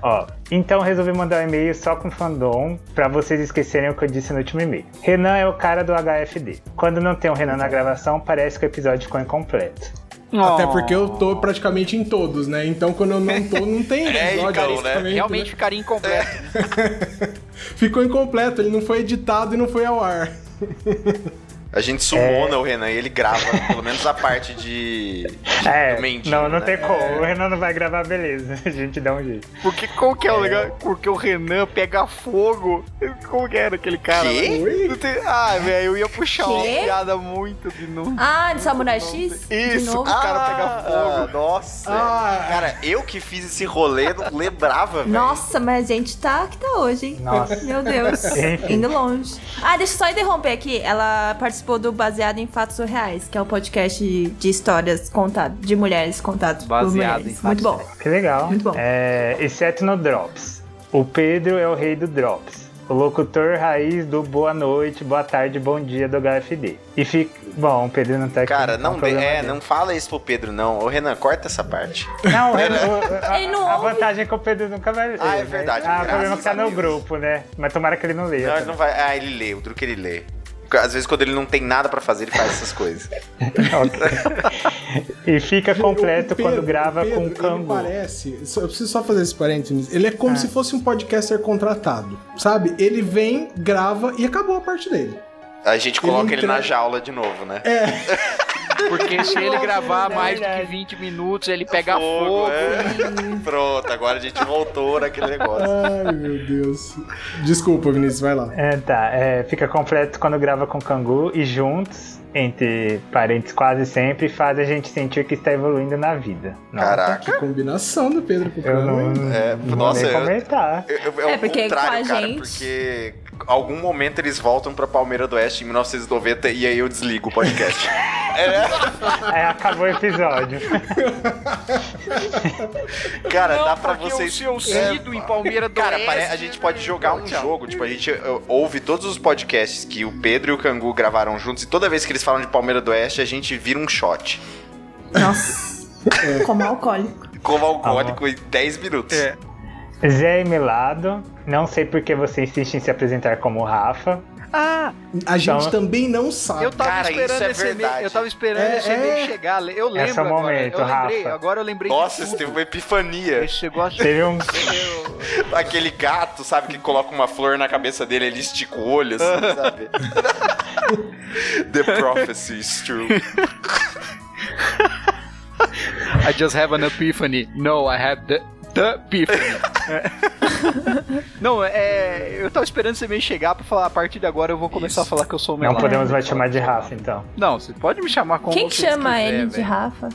Ó, então resolvi mandar um e-mail só com fandom pra vocês esquecerem o que eu disse no último e-mail. Renan é o cara do HFD. Quando não tem o Renan na gravação, parece que o episódio ficou incompleto. Até porque eu tô praticamente em todos, né? Então quando eu não tô, [LAUGHS] não tem É, episódio. então, né? basicamente, Realmente ficaria incompleto. Ficou incompleto, ele não foi editado e não foi ao ar. A gente sumona É. o Renan e ele grava, pelo menos a parte de. de É, do mendinho, não, não né? tem como. O Renan não vai gravar, beleza. [LAUGHS] A gente dá um jeito. Porque qual que é o legal? Porque o Renan pega fogo. Como que era aquele cara? Quê? lá? Não tem- Ah, velho, eu ia puxar uma Quê? piada muito de novo. Ah, de Samurai X? de Isso, o novo? cara pega fogo. Ah, nossa. Ah. Cara, eu que fiz esse rolê não lembrava, velho. Nossa, mas a gente tá que tá hoje, hein? Nossa. Meu [LAUGHS] Deus, Enfim. indo longe. Ah, deixa eu só interromper aqui. Ela participou do Baseado em Fatos Reais, que é o podcast de histórias contadas, de mulheres contadas por Baseado mulheres. em fatos Muito bom. Que legal. Muito bom. É, exceto no Drops. O Pedro é o rei do Drops. O locutor raiz do Boa Noite, Boa Tarde, Bom Dia do HFD. E fica. Bom, o Pedro não tá aqui. Cara, então é um não, de, problema é, dele. não fala isso pro Pedro, não. Ô, Renan, corta essa parte. Não, [LAUGHS] o Renan- o- a, Ele não a ouve. vantagem é que o Pedro nunca vai ler. É, né? Ah, é né? verdade, Ah, o graças problema é que tá a no Deus. grupo, né? Mas tomara que ele não leia. Não, ele também. não vai. Ah, ele lê, o Druk ele lê. Às vezes, quando ele não tem nada pra fazer, ele faz essas coisas. [LAUGHS] Ok. e fica completo O Pedro- quando grava o Pedro, com cango. Ele parece, só- eu preciso só fazer esse parênteses, ele é como Ah. se fosse um podcaster contratado, sabe? Ele vem, grava e acabou a parte dele. A gente coloca ele, Ele na entra- jaula de novo, né? É. Porque se ele gravar é mais do que verdade. 20 minutos, ele pega fogo. é. Pronto, agora a gente voltou naquele negócio. Ai, meu Deus. Desculpa, Vinícius, vai lá. É, tá, é, fica completo quando grava com Kangu e juntos, entre parentes quase sempre, faz a gente sentir que está evoluindo na vida. Nossa, Caraca. Que combinação do Pedro com o Eu não, Cano. hein? É, não nossa, vou eu- nem comentar. Eu- eu- É, o porque contrário, com a cara, gente- porque algum momento eles voltam pra Palmeira do Oeste em 1990 e aí eu desligo o podcast. [LAUGHS] É, acabou o episódio. [LAUGHS] cara, Não, dá pra porque vocês. É, O seu Cido em Palmeira do Cara, Oeste- pare- a gente pode jogar um Tchau. jogo. Tipo, a gente uh, ouve todos os podcasts que o Pedro e o Cangu gravaram juntos, e toda vez que eles falam de Palmeira do Oeste, a gente vira um shot. Nossa. Como alcoólico. Como alcoólico em 10 minutos. É. Zé e Milado, não sei por que você insiste em se apresentar como Rafa. Ah, A gente Então- também não sabe. eu tava Cara, esperando isso é esse e-mail. verdade. Eu tava esperando É, esse e-mail é. chegar. Eu lembro Esse é o agora. momento, eu lembrei, Rafa. agora eu lembrei Nossa, de você tudo. teve uma epifania. Ele chegou a Teve um. Aquele gato, sabe, que coloca uma flor na cabeça dele, ele estica o olho, assim, sabe? The prophecy is true. I just have an epiphany. No, I have the, the [LAUGHS] epiphany. É. Não, é. Eu tava esperando você meio chegar pra falar, a partir de agora eu vou começar a falar que eu sou o Não melhor. podemos mais chamar de Rafa, então. Não, você pode me chamar como Quem que você chama quiser, ele de velho. Rafa?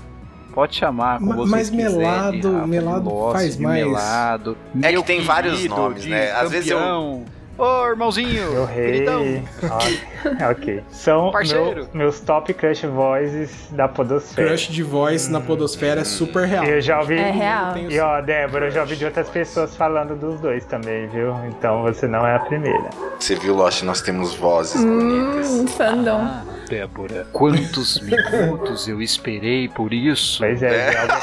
Pode chamar como Ma- você mas quiser, de melado- Rafa, de melado Lost, faz de mais. Melado, É que meu tem vários querido, nomes, de né? Às vezes eu- campeão. Ô, irmãozinho, Meu rei. queridão. Ó, Ah, é, [LAUGHS] ok. São Parceiro. meu- meus top crush voices da Podosfera. Crush de voz na podosfera é super real. Eu já ouvi. É real. Tem o E ó, Débora, eu já ouvi de outras pessoas falando dos dois também, viu? Então você não é a primeira. Você viu, Lost, nós temos vozes bonitas. Hum, fandom. Débora, quantos minutos eu esperei por isso? Pois é, Débora.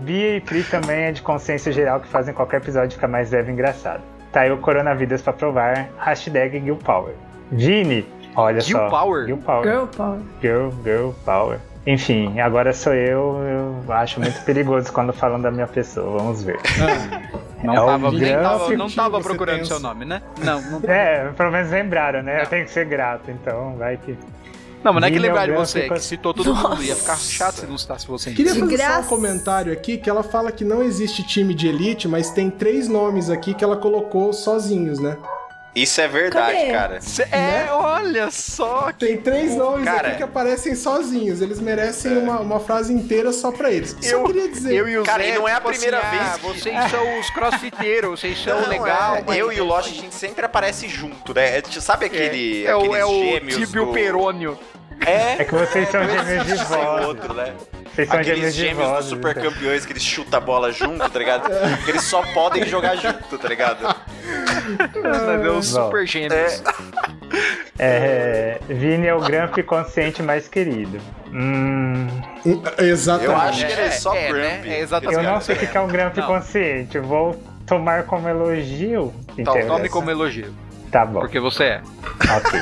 [LAUGHS] Bia e Pri também é de consciência geral que fazem qualquer episódio ficar mais leve e engraçado. Tá aí o Coronavidas pra provar. Hashtag Gil Power. Vini, olha Gil só. Power? Gil Power. Girl power. Girl, girl power. Enfim, agora sou eu. Eu acho muito perigoso quando falam da minha pessoa. Vamos ver. Ah. Não É o tava, nem grande tava, não objetivo tava que você procurando pensa. seu nome, né? Não, não É, pelo menos lembraram, né? Eu tenho que ser grato, então vai que. Não, mas não é que Vini é o lembrar de grande você, é que ficou- citou todo mundo. Ia ficar chato se não citasse você. Queria De fazer graça. só um comentário aqui que ela fala que não existe time de elite, mas tem três nomes aqui que ela colocou sozinhos, né? Isso é verdade, Cadê? cara. Cê- Né? É, olha só. Tem três nomes Cara. É. aqui que aparecem sozinhos. Eles merecem uma, uma frase inteira só pra eles. Eu, só queria dizer. Eu e o Cara, Zé, e não é a tipo assim, primeira ah, vez que- Vocês são os crossfiteiros, vocês são Não, legal. é, mas- eu e o Lost, a gente sempre aparece junto, né? É, tipo, Sabe aquele. É o, aqueles é o gêmeos Tibio do- Perônio. É É. que vocês são gêmeos de Sem voz. é outro, né? Vocês são Aqueles gêmeos de né? então. gêmeos voz. dos super campeões que eles chutam a bola junto, tá ligado? Que eles só podem jogar junto, tá ligado? É os Não. super gêmeos. então, É, Vini é o Gramp consciente mais querido. Hum, Um, Exatamente. Eu acho que era É, só é, Grumpy. né? É exatamente. eu não sei o que que é um Gramp Não. consciente. Vou tomar como elogio. Então, tome interessa. como elogio, Tá bom. porque você é. Ok.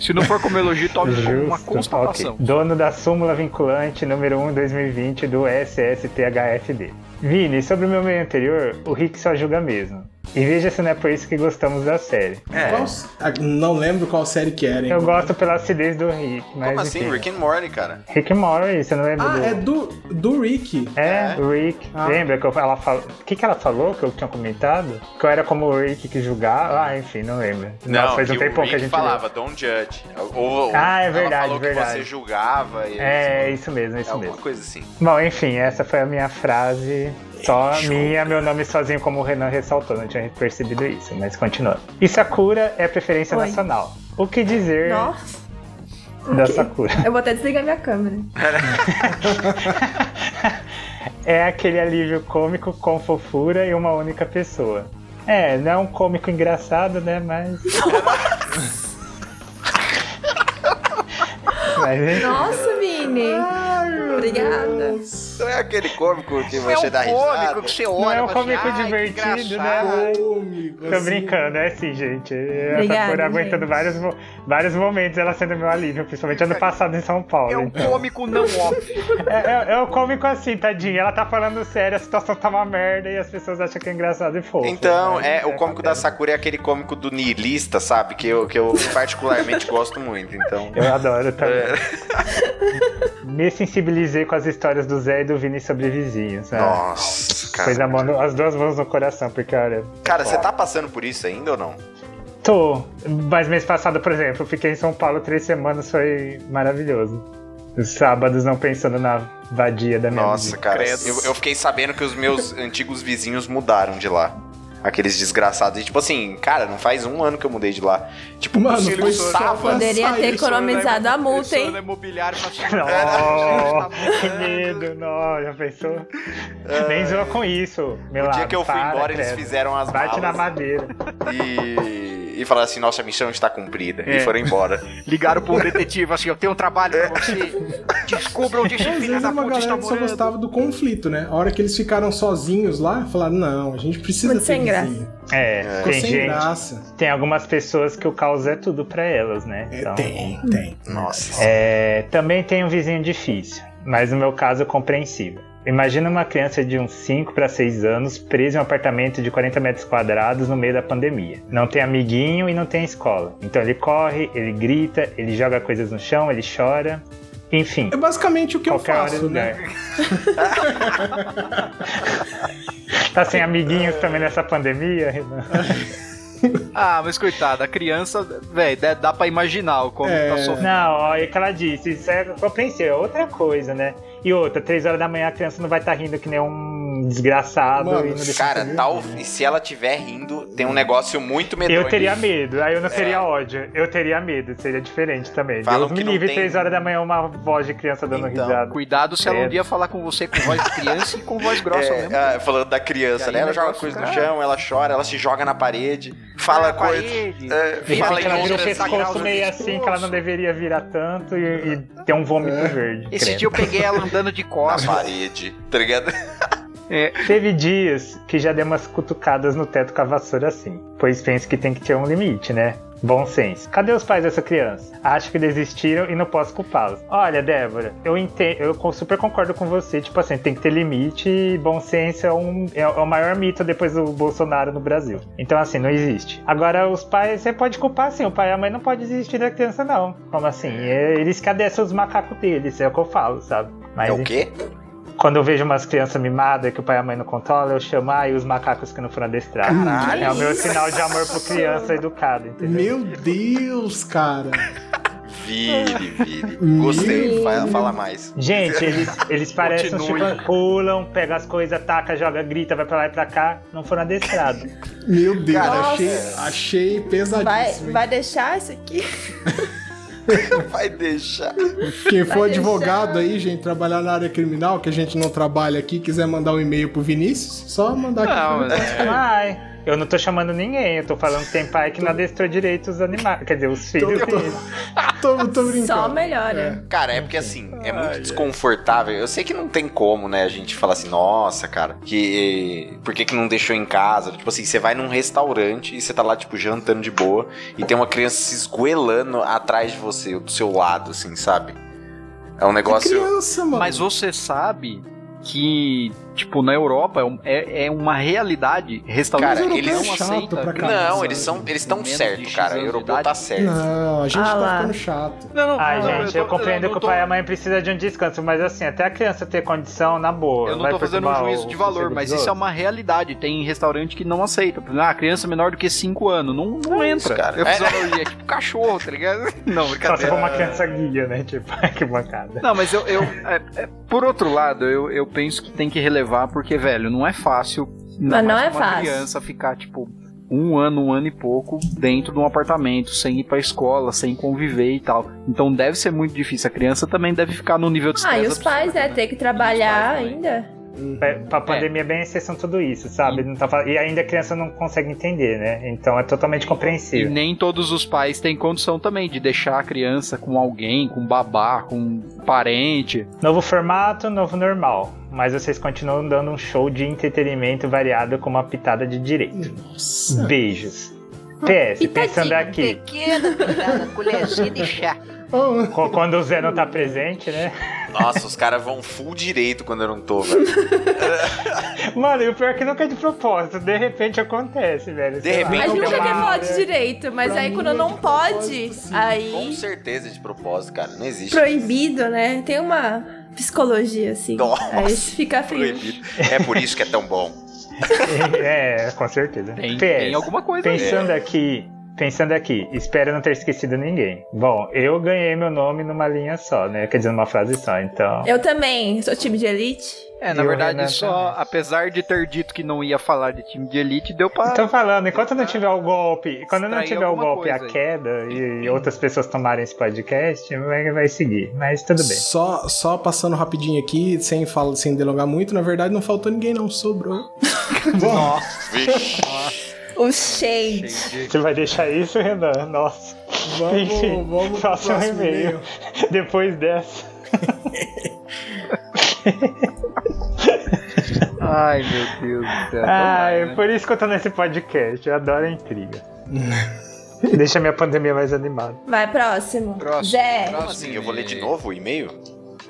Se não for como elogio, tome como uma Justo, constatação. ok. Dono da súmula vinculante número 1 2020 do SSTHFD. Vini, sobre o meu meio anterior, o Rick só julga mesmo. E veja se não é por isso que gostamos da série. Qual- É. ah, não lembro qual série que era, hein? Eu gosto pela acidez do Rick, mas. Como assim? enfim. Rick and Morty, cara. Rick Morty, você não lembra Ah, do. é do, do Rick. É. É, o Rick. Ah. Lembra que eu- ela falou. O que, que ela falou que eu tinha comentado? Que eu era como o Rick que julgava. Ah, enfim, não lembro. Nossa, faz um que tempão o Rick que a gente. falava, don't judge. Ou, ou- Ah, é verdade, Ela falou verdade. que você julgava. E leu. É, isso mesmo, é isso alguma mesmo. coisa assim. Bom, enfim, essa foi a minha frase. Só Show. minha, meu nome sozinho, como o Renan ressaltou, não tinha percebido isso, mas continua. E Sakura é preferência Oi. nacional. O que dizer Nossa, da Sakura? [LAUGHS] eu vou até desligar minha câmera. É aquele alívio cômico com fofura e uma única pessoa. É, não é um cômico engraçado, né? [LAUGHS] Mas. mas enfim. Nossa, Vini! Obrigada. Não é aquele cômico que você dá risada? É um que você Não olha é um e fala assim, cômico "Ai, que divertido, né? engraçado." Mas- Cômico, Tô assim. brincando, é sim, gente. Eu Obrigada, Sakura aguentando gente. vários, mo- vários momentos ela sendo meu alívio, principalmente ano passado em São Paulo. É um então. cômico não óbvio. É, é, é o cômico assim, tadinha. Ela tá falando sério, a situação tá uma merda e as pessoas acham que é engraçado e fofo. Então, Mas é, o cômico da Sakura é aquele cômico do niilista, sabe? Que eu, que eu particularmente gosto muito, então... Eu adoro também. É. [LAUGHS] Me sensibilizei com as histórias do Zé e do Vini sobre vizinhos. né? Nossa, Pôs a cara. mão no- as duas mãos no coração, porque olha. Cara, você tá passando por isso ainda ou não? Tô. Mas mês passado, por exemplo, eu fiquei em São Paulo três semanas, foi maravilhoso. Os sábados não pensando na vadia da minha Nossa, vida. cara. Credo. Eu, eu fiquei sabendo que os meus antigos vizinhos mudaram de lá. Aqueles desgraçados. E tipo assim, cara, não faz um ano que eu mudei de lá. Tipo, Mano, o Cílio foi Sor- sábado. Poderia ter economizado a multa, Professor da hein? imobiliária pra chegar. [LAUGHS] tá tá Nossa, que né? medo, não, já pensou? Nem zoa com isso, meu É. O dia lado, que eu fui para, embora, eles credo. fizeram as Bate na malas madeira. e, e falaram assim, nossa, a missão está cumprida. E É. foram [LAUGHS] embora. Ligaram pro detetive assim, eu tenho um trabalho pra você. Descubra onde esse Às filho vezes da é uma puta está tá galera que só morando. gostava do conflito, né? A hora que eles ficaram sozinhos lá, falaram, não, a gente precisa Muito ter sem graça. vizinho. É, Ficou tem sem gente, graça. tem algumas pessoas que o caos é tudo pra elas, né? É, tem, tem. Nossa. É, também tem um vizinho difícil, mas no meu caso compreensível. Imagina uma criança de uns 5 para 6 anos presa em um apartamento de 40 metros quadrados no meio da pandemia. Não tem amiguinho e não tem escola. Então ele corre, ele grita, ele joga coisas no chão, ele chora. Enfim, É basicamente o que eu qualquer hora faço, ele né? [LAUGHS] tá sem amiguinhos também nessa pandemia, Renan? Ah, mas coitada, a criança, velho, dá, dá pra imaginar o como É. tá sofrendo. Não, olha o que ela disse. Isso é compreensível, é outra coisa, né? E outra, três horas da manhã a criança não vai estar rindo que nem um desgraçado. Mano, e não deixa- Cara, tá tal, e se ela tiver rindo, tem um negócio muito medonho. eu teria medo, aí eu não teria ódio. Eu teria medo, seria diferente também. É. Falam Deus me que não livre, tem- né? três horas da manhã uma voz de criança dando Então, risada. Cuidado se ela um Credo. dia falar com você com voz de criança e com voz grossa É, mesmo. ah, falando da criança, E aí né? Ela o joga negócio, coisa no cara. chão, ela chora, ela se joga na parede, fala Ah, coisa. parede. é, De fala repente em ela vira o outras sagradas pescoço meio no assim, que ela não deveria virar tanto e, e tem um vômito É. verde. Esse tipo credo. dia eu peguei ela andando de Na costas. parede, tá ligado? Teve dias que já dei umas cutucadas no teto com a vassoura assim, pois penso que tem que ter um limite, né? Bom senso. Cadê os pais dessa criança? Acho que desistiram e não posso culpá-los. Olha, Débora, eu entendo, eu con- super concordo com você. Tipo assim, tem que ter limite e bom senso é, um, é o maior mito depois do Bolsonaro no Brasil. Então, assim, não existe. Agora, os pais, você pode culpar sim, o pai e a mãe não pode desistir da criança, não. Como assim? É, Eles cadê seus macacos deles? É o que eu falo, sabe? Mas, É o quê? quando eu vejo umas crianças mimadas que o pai e a mãe não controlam, eu chamo ah, e os macacos que não foram adestrados. Caralho! É o meu sinal de amor por criança educada, entendeu? Meu Deus, cara. Vire, vire. Gostei, Meu fala, Deus. fala mais. Gente, eles, eles parecem uns Continue. tipo, pulam, pegam as coisas, taca, joga, grita, vai pra lá e pra cá, não foram adestrados. Meu Deus, Cara, achei, nossa. achei Vai, pesadíssimo. hein? vai deixar isso aqui? Vai deixar. Quem for vai advogado deixar. aí, gente, trabalhar na área criminal, que a gente não trabalha aqui, quiser mandar um e-mail pro Vinícius, só mandar aqui. Não, pra mas ele. é, Ai, Eu não tô chamando ninguém, eu tô falando que tem pai que não adestrou direito os animais. Quer dizer, os filhos [LAUGHS] Tô- tô- dele. Tô, tô brincando. Só melhora. É. Cara, é porque assim, é muito desconfortável. Eu sei que não tem como, né, a gente falar assim, nossa, cara, que. Por que, que não deixou em casa? Tipo assim, você vai num restaurante e você tá lá, tipo, jantando de boa e tem uma criança se esgoelando atrás de você, do seu lado, assim, sabe? É um negócio. Criança, mano. Mas você sabe que, tipo, na Europa é um- é, é uma realidade. Restaurantes Cara, europeus eles- não chato aceitam. pra caralho. Não, eles são. Eles estão Menos de certo, X cara. O anos de europeu tá idade. é. certo. Não, a gente Ah tá lá. ficando chato. Não, não, Ai, não, gente, eu, tô- compreendo não que o tô- pai e a mãe precisam de um descanso, mas assim, até a criança ter condição, na boa. Eu não vai tô fazendo um perturbar juízo o de valor, sossego mas dos isso é outros. uma realidade. Tem restaurante que não aceita. Por exemplo, Ah, criança menor do que 5 anos. Não, não entra. cara. Eu É. fiz é. tipo cachorro, tá ligado? [LAUGHS] Não, Só se brincadeira. for uma criança guia, né? [LAUGHS] Tipo, ai, que bancada. Não, mas eu. eu- é- é- por outro lado, eu, eu penso que tem que relevar, porque, velho, não é fácil. ainda Mas não mais é pra uma fácil. criança ficar, tipo, um ano, um ano e pouco dentro de um apartamento, sem ir pra escola, sem conviver e tal. Então deve ser muito difícil. A criança também deve ficar num nível de Ah, e estresse os pais, absurdo, né? Ter que E trabalhar os pais ainda. Pra, pra pandemia é bem exceção tudo isso, sabe? Não tá fal- e ainda a criança não consegue entender, né? Então é totalmente E compreensível. nem todos os pais têm condição também de deixar a criança com alguém, com babá, com um parente. Novo formato, novo normal. Mas vocês continuam dando um show de entretenimento variado com uma pitada de direito. Nossa. Beijos. PS, pensando aqui, Pequena, cuidada, colherzinha de chá. Oh, co- quando o Zé não tá presente, né? Nossa, os caras vão full direito quando eu não tô, velho. Mano, e o pior é que nunca é de propósito. De repente acontece, velho. De sei lá. repente A gente nunca quer Uma- falar de direito, mas Pra aí mim quando é não de pode, propósito, sim. Com aí. certeza de propósito, cara. Não existe. Proibido, né? Tem uma psicologia, assim. Nossa, aí fica frio. Proibido. É por isso que é tão bom. [LAUGHS] É, com certeza. Tem, PS, tem alguma coisa aí. Pensando aqui, pensando aqui, espero não ter esquecido ninguém. Bom, eu ganhei meu nome numa linha só, né? Quer dizer, numa frase só, então. Eu também sou time de elite. É, na E o verdade, Renan só também. apesar de ter dito que não ia falar de time de elite, deu pra. Tô Então falando, enquanto eu não tiver o golpe, quando eu não Extrair tiver o alguma golpe, a coisa aí. queda e outras pessoas tomarem esse podcast, vai, vai seguir. Mas tudo bem. Só, só passando rapidinho aqui, sem, fala, sem delongar muito, na verdade não faltou ninguém, não. Sobrou. [LAUGHS] Nossa, Vixe. O shade. Você vai deixar isso, Renan? Nossa. Vamos- [LAUGHS] Enfim, vamos pro próximo próximo um e-mail. e-mail. [LAUGHS] Depois dessa. ai meu Deus do céu. Ah, Vai, é né? por isso que eu tô nesse podcast. Eu adoro [LAUGHS] a intriga. Deixa minha pandemia mais animada. Vai, próximo. Próximo, Zé. próximo. Como assim? Eu vou ler de novo o e-mail?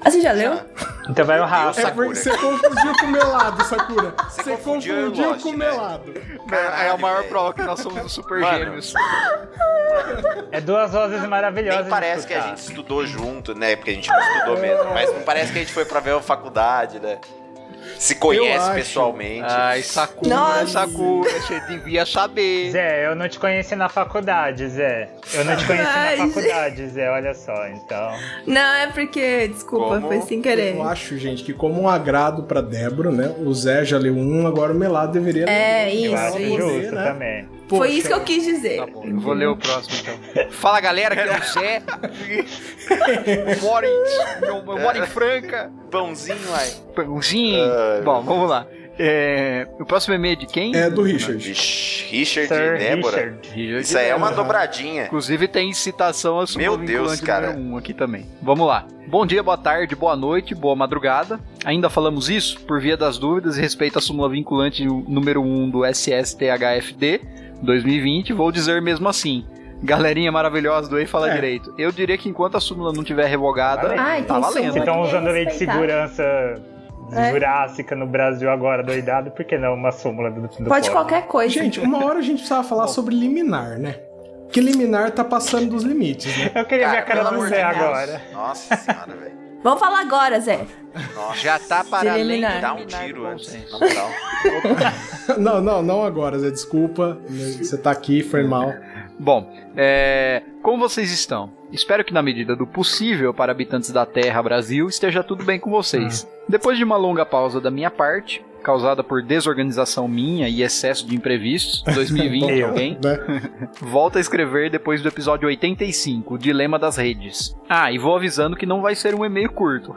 Ah, você já leu? Então vai o Rafa. É porque você confundiu com melado, Sakura. Você, confundiu confundiu, eu e Lost, com né? melado. É a Caralho, maior velho. prova que nós somos os super Mano. gêmeos. É duas vozes maravilhosas. Nem de parece que a escutar. gente estudou junto, né? Porque a gente não estudou mesmo. Mas não parece que a gente foi pra ver a faculdade, né? Se Eu conhece acho. pessoalmente. Ai, Sakura, Nossa. Sakura, você devia saber. Zé, eu não te conheci na faculdade, Zé. Eu não te conheci Ai, na faculdade, Zé. Olha só, então. Não, é porque, desculpa, Como? foi sem querer. Eu acho, gente, que como um agrado pra Débora, né? O Zé já leu um, agora o melado deveria É, ler. Eu Isso, acho isso. justo Né? também. Foi isso que né? eu quis dizer. Tá bom, eu vou ler o próximo então. Fala galera, que é o Zé. Moro em- eu moro em Franca. Pãozinho, ai. Pãozinho. Bom, vamos lá. É, o próximo e-mail é de quem? É do Richard. Vixe, Richard né, Sir e Débora. Richard. Isso aí é uma Débora. dobradinha. Inclusive tem citação a Meu Deus, cara. um aqui também. Vamos lá. Bom dia, boa tarde, boa noite, boa madrugada. Ainda falamos isso por via das dúvidas respeito à súmula vinculante número 1 do SSTHFD 2020. Vou dizer mesmo assim. Galerinha maravilhosa do Ei Fala É. Direito. Eu diria que enquanto a súmula não tiver revogada, Ai, tá tem valendo. Se súmula. estão Tem que usando lei de respeitar. segurança É. jurássica no Brasil agora, doidado, por que não uma súmula do, do Pode povo? qualquer coisa. Gente, uma hora a gente precisava falar sobre liminar, né? Que liminar tá passando dos [LAUGHS] limites, né? Eu queria ver a cara pelo do amor Zé de Deus. agora. Nossa senhora, velho. Vamos falar agora, Zé. Nossa. Já tá para De além eliminar. Dá um eliminar do tiro bom antes. senso. Na moral. Não, não, não agora, Zé. Desculpa. Você tá aqui, foi mal. Bom, é, como vocês estão? Espero que, na medida do possível, para habitantes da Terra Brasil, esteja tudo bem com vocês. Depois de uma longa pausa da minha parte, causada por desorganização minha e excesso de imprevistos, 2020 Eu. alguém, Né? volta a escrever depois do episódio 85, o Dilema das Redes. [LAUGHS] Ah, e vou avisando que não vai ser um e-mail curto.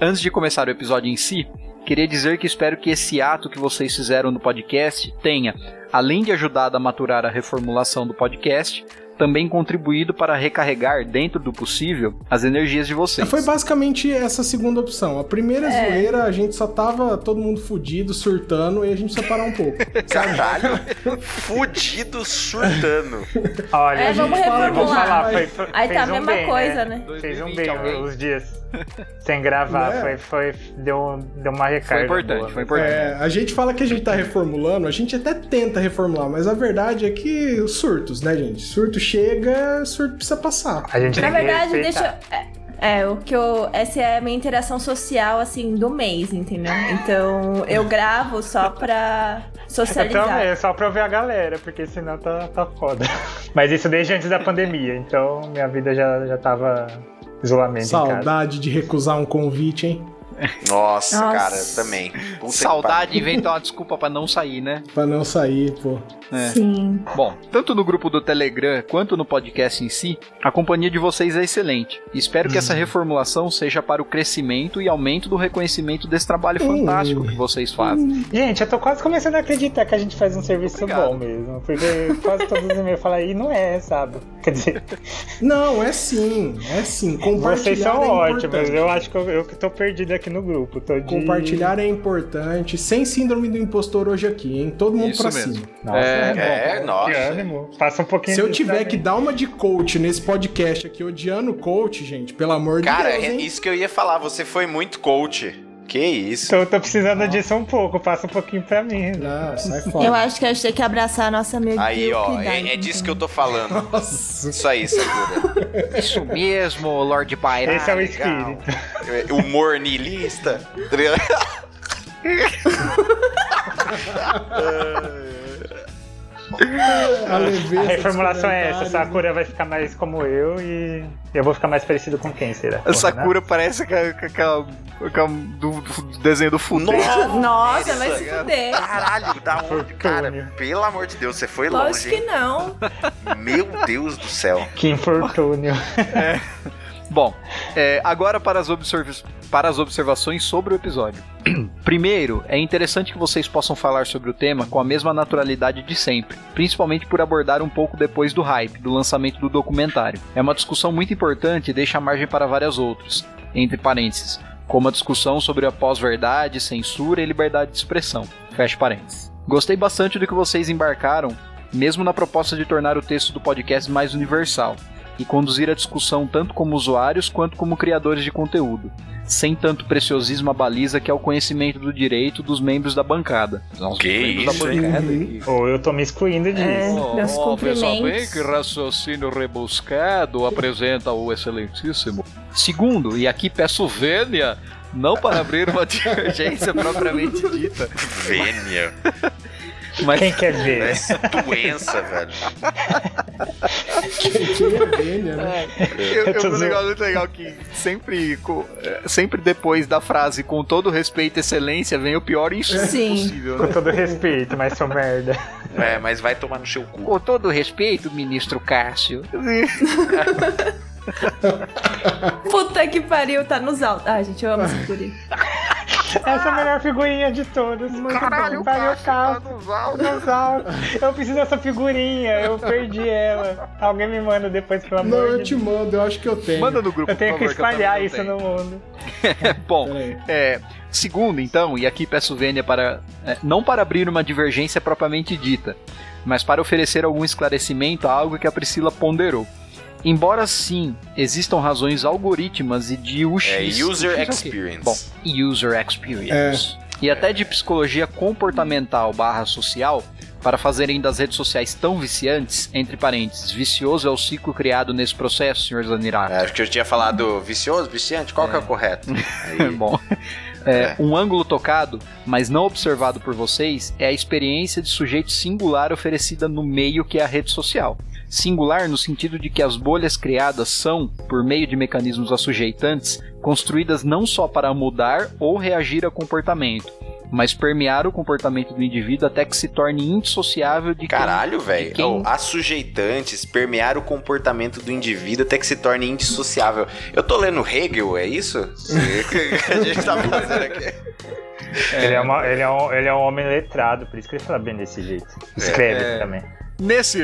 Antes de começar o episódio em si, Queria dizer que espero que esse ato que vocês fizeram no podcast tenha, além de ajudado a maturar a reformulação do podcast, também contribuído para recarregar, dentro do possível, as energias de vocês. Foi basicamente essa segunda opção. A primeira É. zoeira, a gente só tava todo mundo fudido, surtando, e a gente separou um pouco. Caralho, fudido surtando. Olha, É, gente, vamos eu vou reformular. falar, foi, Aí fez tá a um mesma bem, coisa, né? né? Fez um 2020, bem alguém. os dias sem gravar, Né? foi, foi, deu, um- deu uma recarga. importante, boa. foi importante. É, a gente fala que a gente tá reformulando, a gente até tenta reformular, mas a verdade é que os surtos, né, gente? Surto chega, surto precisa passar. A gente Na tem que verdade, respeitar. deixa eu. é, É, o que eu. Essa é a minha interação social, assim, do mês, entendeu? Então, eu gravo só pra É pra, socializar. é só pra eu ver a galera, porque senão tá, tá foda. Mas isso desde antes da pandemia, então minha vida já, já tava isolamento em casa. Saudade de recusar um convite, hein? Nossa, Nossa. cara, também. Puta que Saudade inventar uma desculpa pra não sair, né? Pra não sair, né? pô. É. Sim. Bom, tanto no grupo do Telegram quanto no podcast em si, a companhia de vocês é excelente. Espero que essa reformulação seja para o crescimento e aumento do reconhecimento desse trabalho fantástico que vocês fazem. Gente, eu tô quase começando a acreditar que a gente faz um serviço Obrigado. bom mesmo. Porque quase todos os e-mails falam, e não é, sabe? Quer dizer, Não, é sim, é sim. Compartilhar vocês são é ótimos. importante. Eu acho que eu, eu que tô perdido aqui no grupo. Tô de... Compartilhar é importante. Sem síndrome do impostor hoje aqui, hein? Todo mundo Isso pra mesmo. cima. Nossa, pariu. É, que nossa. ânimo. Passa um pouquinho Se eu disso tiver também. que dar uma de coach nesse podcast aqui, odiando coach, gente, pelo amor Cara, de Deus, é hein? isso que eu ia falar. Você foi muito coach. Que isso? Tô, tô precisando disso um pouco, passa um pouquinho pra mim. né? Não, Ah, sai fora. Eu acho que a gente tem que abraçar a nossa mediocridade. então. Aí, ó, é, é disso que eu tô falando. Nossa. Isso aí, Sakura. Isso mesmo, Lorde Byron. Esse é o legal. espírito. Humor niilista. é, tá ligado? A, [LAUGHS] leveza A reformulação dos é essa, comentários, Sakura vai ficar mais como eu e eu vou ficar mais parecido com quem será? A É Sakura parece com a, com a- com a- do, do desenho do futuro. Ah, Nossa, vai Nossa, se fuder. Caralho, da onde, cara? Fortuna. Pelo amor de Deus, você foi Tá longe, Lógico que hein? não. Meu Deus do céu. Que [LAUGHS] infortúnio. Bom, é, agora para as, observ- para as observações sobre o episódio. [CLEARS THROAT] Primeiro, é interessante que vocês possam falar sobre o tema com a mesma naturalidade de sempre, principalmente por abordar um pouco depois do hype, do lançamento do documentário. É uma discussão muito importante e deixa margem para várias outras, entre parênteses, como a discussão sobre a pós-verdade, censura e liberdade de expressão. Fecha parênteses. Gostei bastante do que vocês embarcaram, mesmo na proposta de tornar o texto do podcast mais universal e conduzir a discussão tanto como usuários quanto como criadores de conteúdo, sem tanto preciosismo à baliza que é o conhecimento do direito dos membros da bancada. Os Que membros isso, da hein? bancada Ou eu tô me excluindo disso. É. Meus pessoal, bem, cumprimentos. que raciocínio rebuscado apresenta o excelentíssimo. Segundo, e aqui peço vênia, não para abrir uma [LAUGHS] divergência propriamente dita, Vênia. mas Quem quer É. ver? Essa doença, velho. Quem é Vênia, né? Eu, eu vi um Tô zoando. negócio muito legal que sempre, co- eh, sempre depois da frase com todo respeito e excelência vem o pior insulto Sim. possível, Com né? todo respeito, mas sou merda. É, mas vai tomar no seu cu. Com todo respeito, ministro Cássio. Puta que pariu, tá nos altos. Ah, gente, eu amo esse guri. [LAUGHS] Essa é a melhor figurinha de todas. Muito bom. Tá Valeu, Cássio. Casal. Eu preciso dessa figurinha, eu perdi ela. Alguém me manda depois, pelo Não, amor eu de te Deus. mando, eu acho que eu tenho. Manda no grupo, Eu por tenho que favor, também espalhar não isso tenho. no mundo. Bom, um. Pera aí. é, segundo, então, e aqui peço vênia para. é, não para abrir uma divergência propriamente dita, mas para oferecer algum esclarecimento a algo que a Priscila ponderou. Embora sim existam razões algoritmas e de UX. É user UX é o quê? experience. Bom, user experience. E até de psicologia comportamental barra social para fazerem das redes sociais tão viciantes, entre parênteses, vicioso é o ciclo criado nesse processo, senhor Zanirato. É, Acho que eu tinha falado vicioso, viciante, qual que é o [LAUGHS] correto? Aí, É Bom, é, um ângulo tocado, mas não observado por vocês, é a experiência de sujeito singular oferecida no meio que é a rede social. Singular no sentido de que as bolhas criadas são, por meio de mecanismos assujeitantes, construídas não só para mudar ou reagir a comportamento, mas permear o comportamento do indivíduo até que se torne indissociável de quem- Caralho, velho. E quem- Oh, assujeitantes permear o comportamento do indivíduo até que se [LAUGHS] torne [LAUGHS] indissociável. Eu tô lendo Hegel, é isso? a gente tá fazendo aqui. Ele, é uma- ele, é um, ele é um homem letrado, por isso que ele fala bem desse jeito. Escreve É, também. Nesse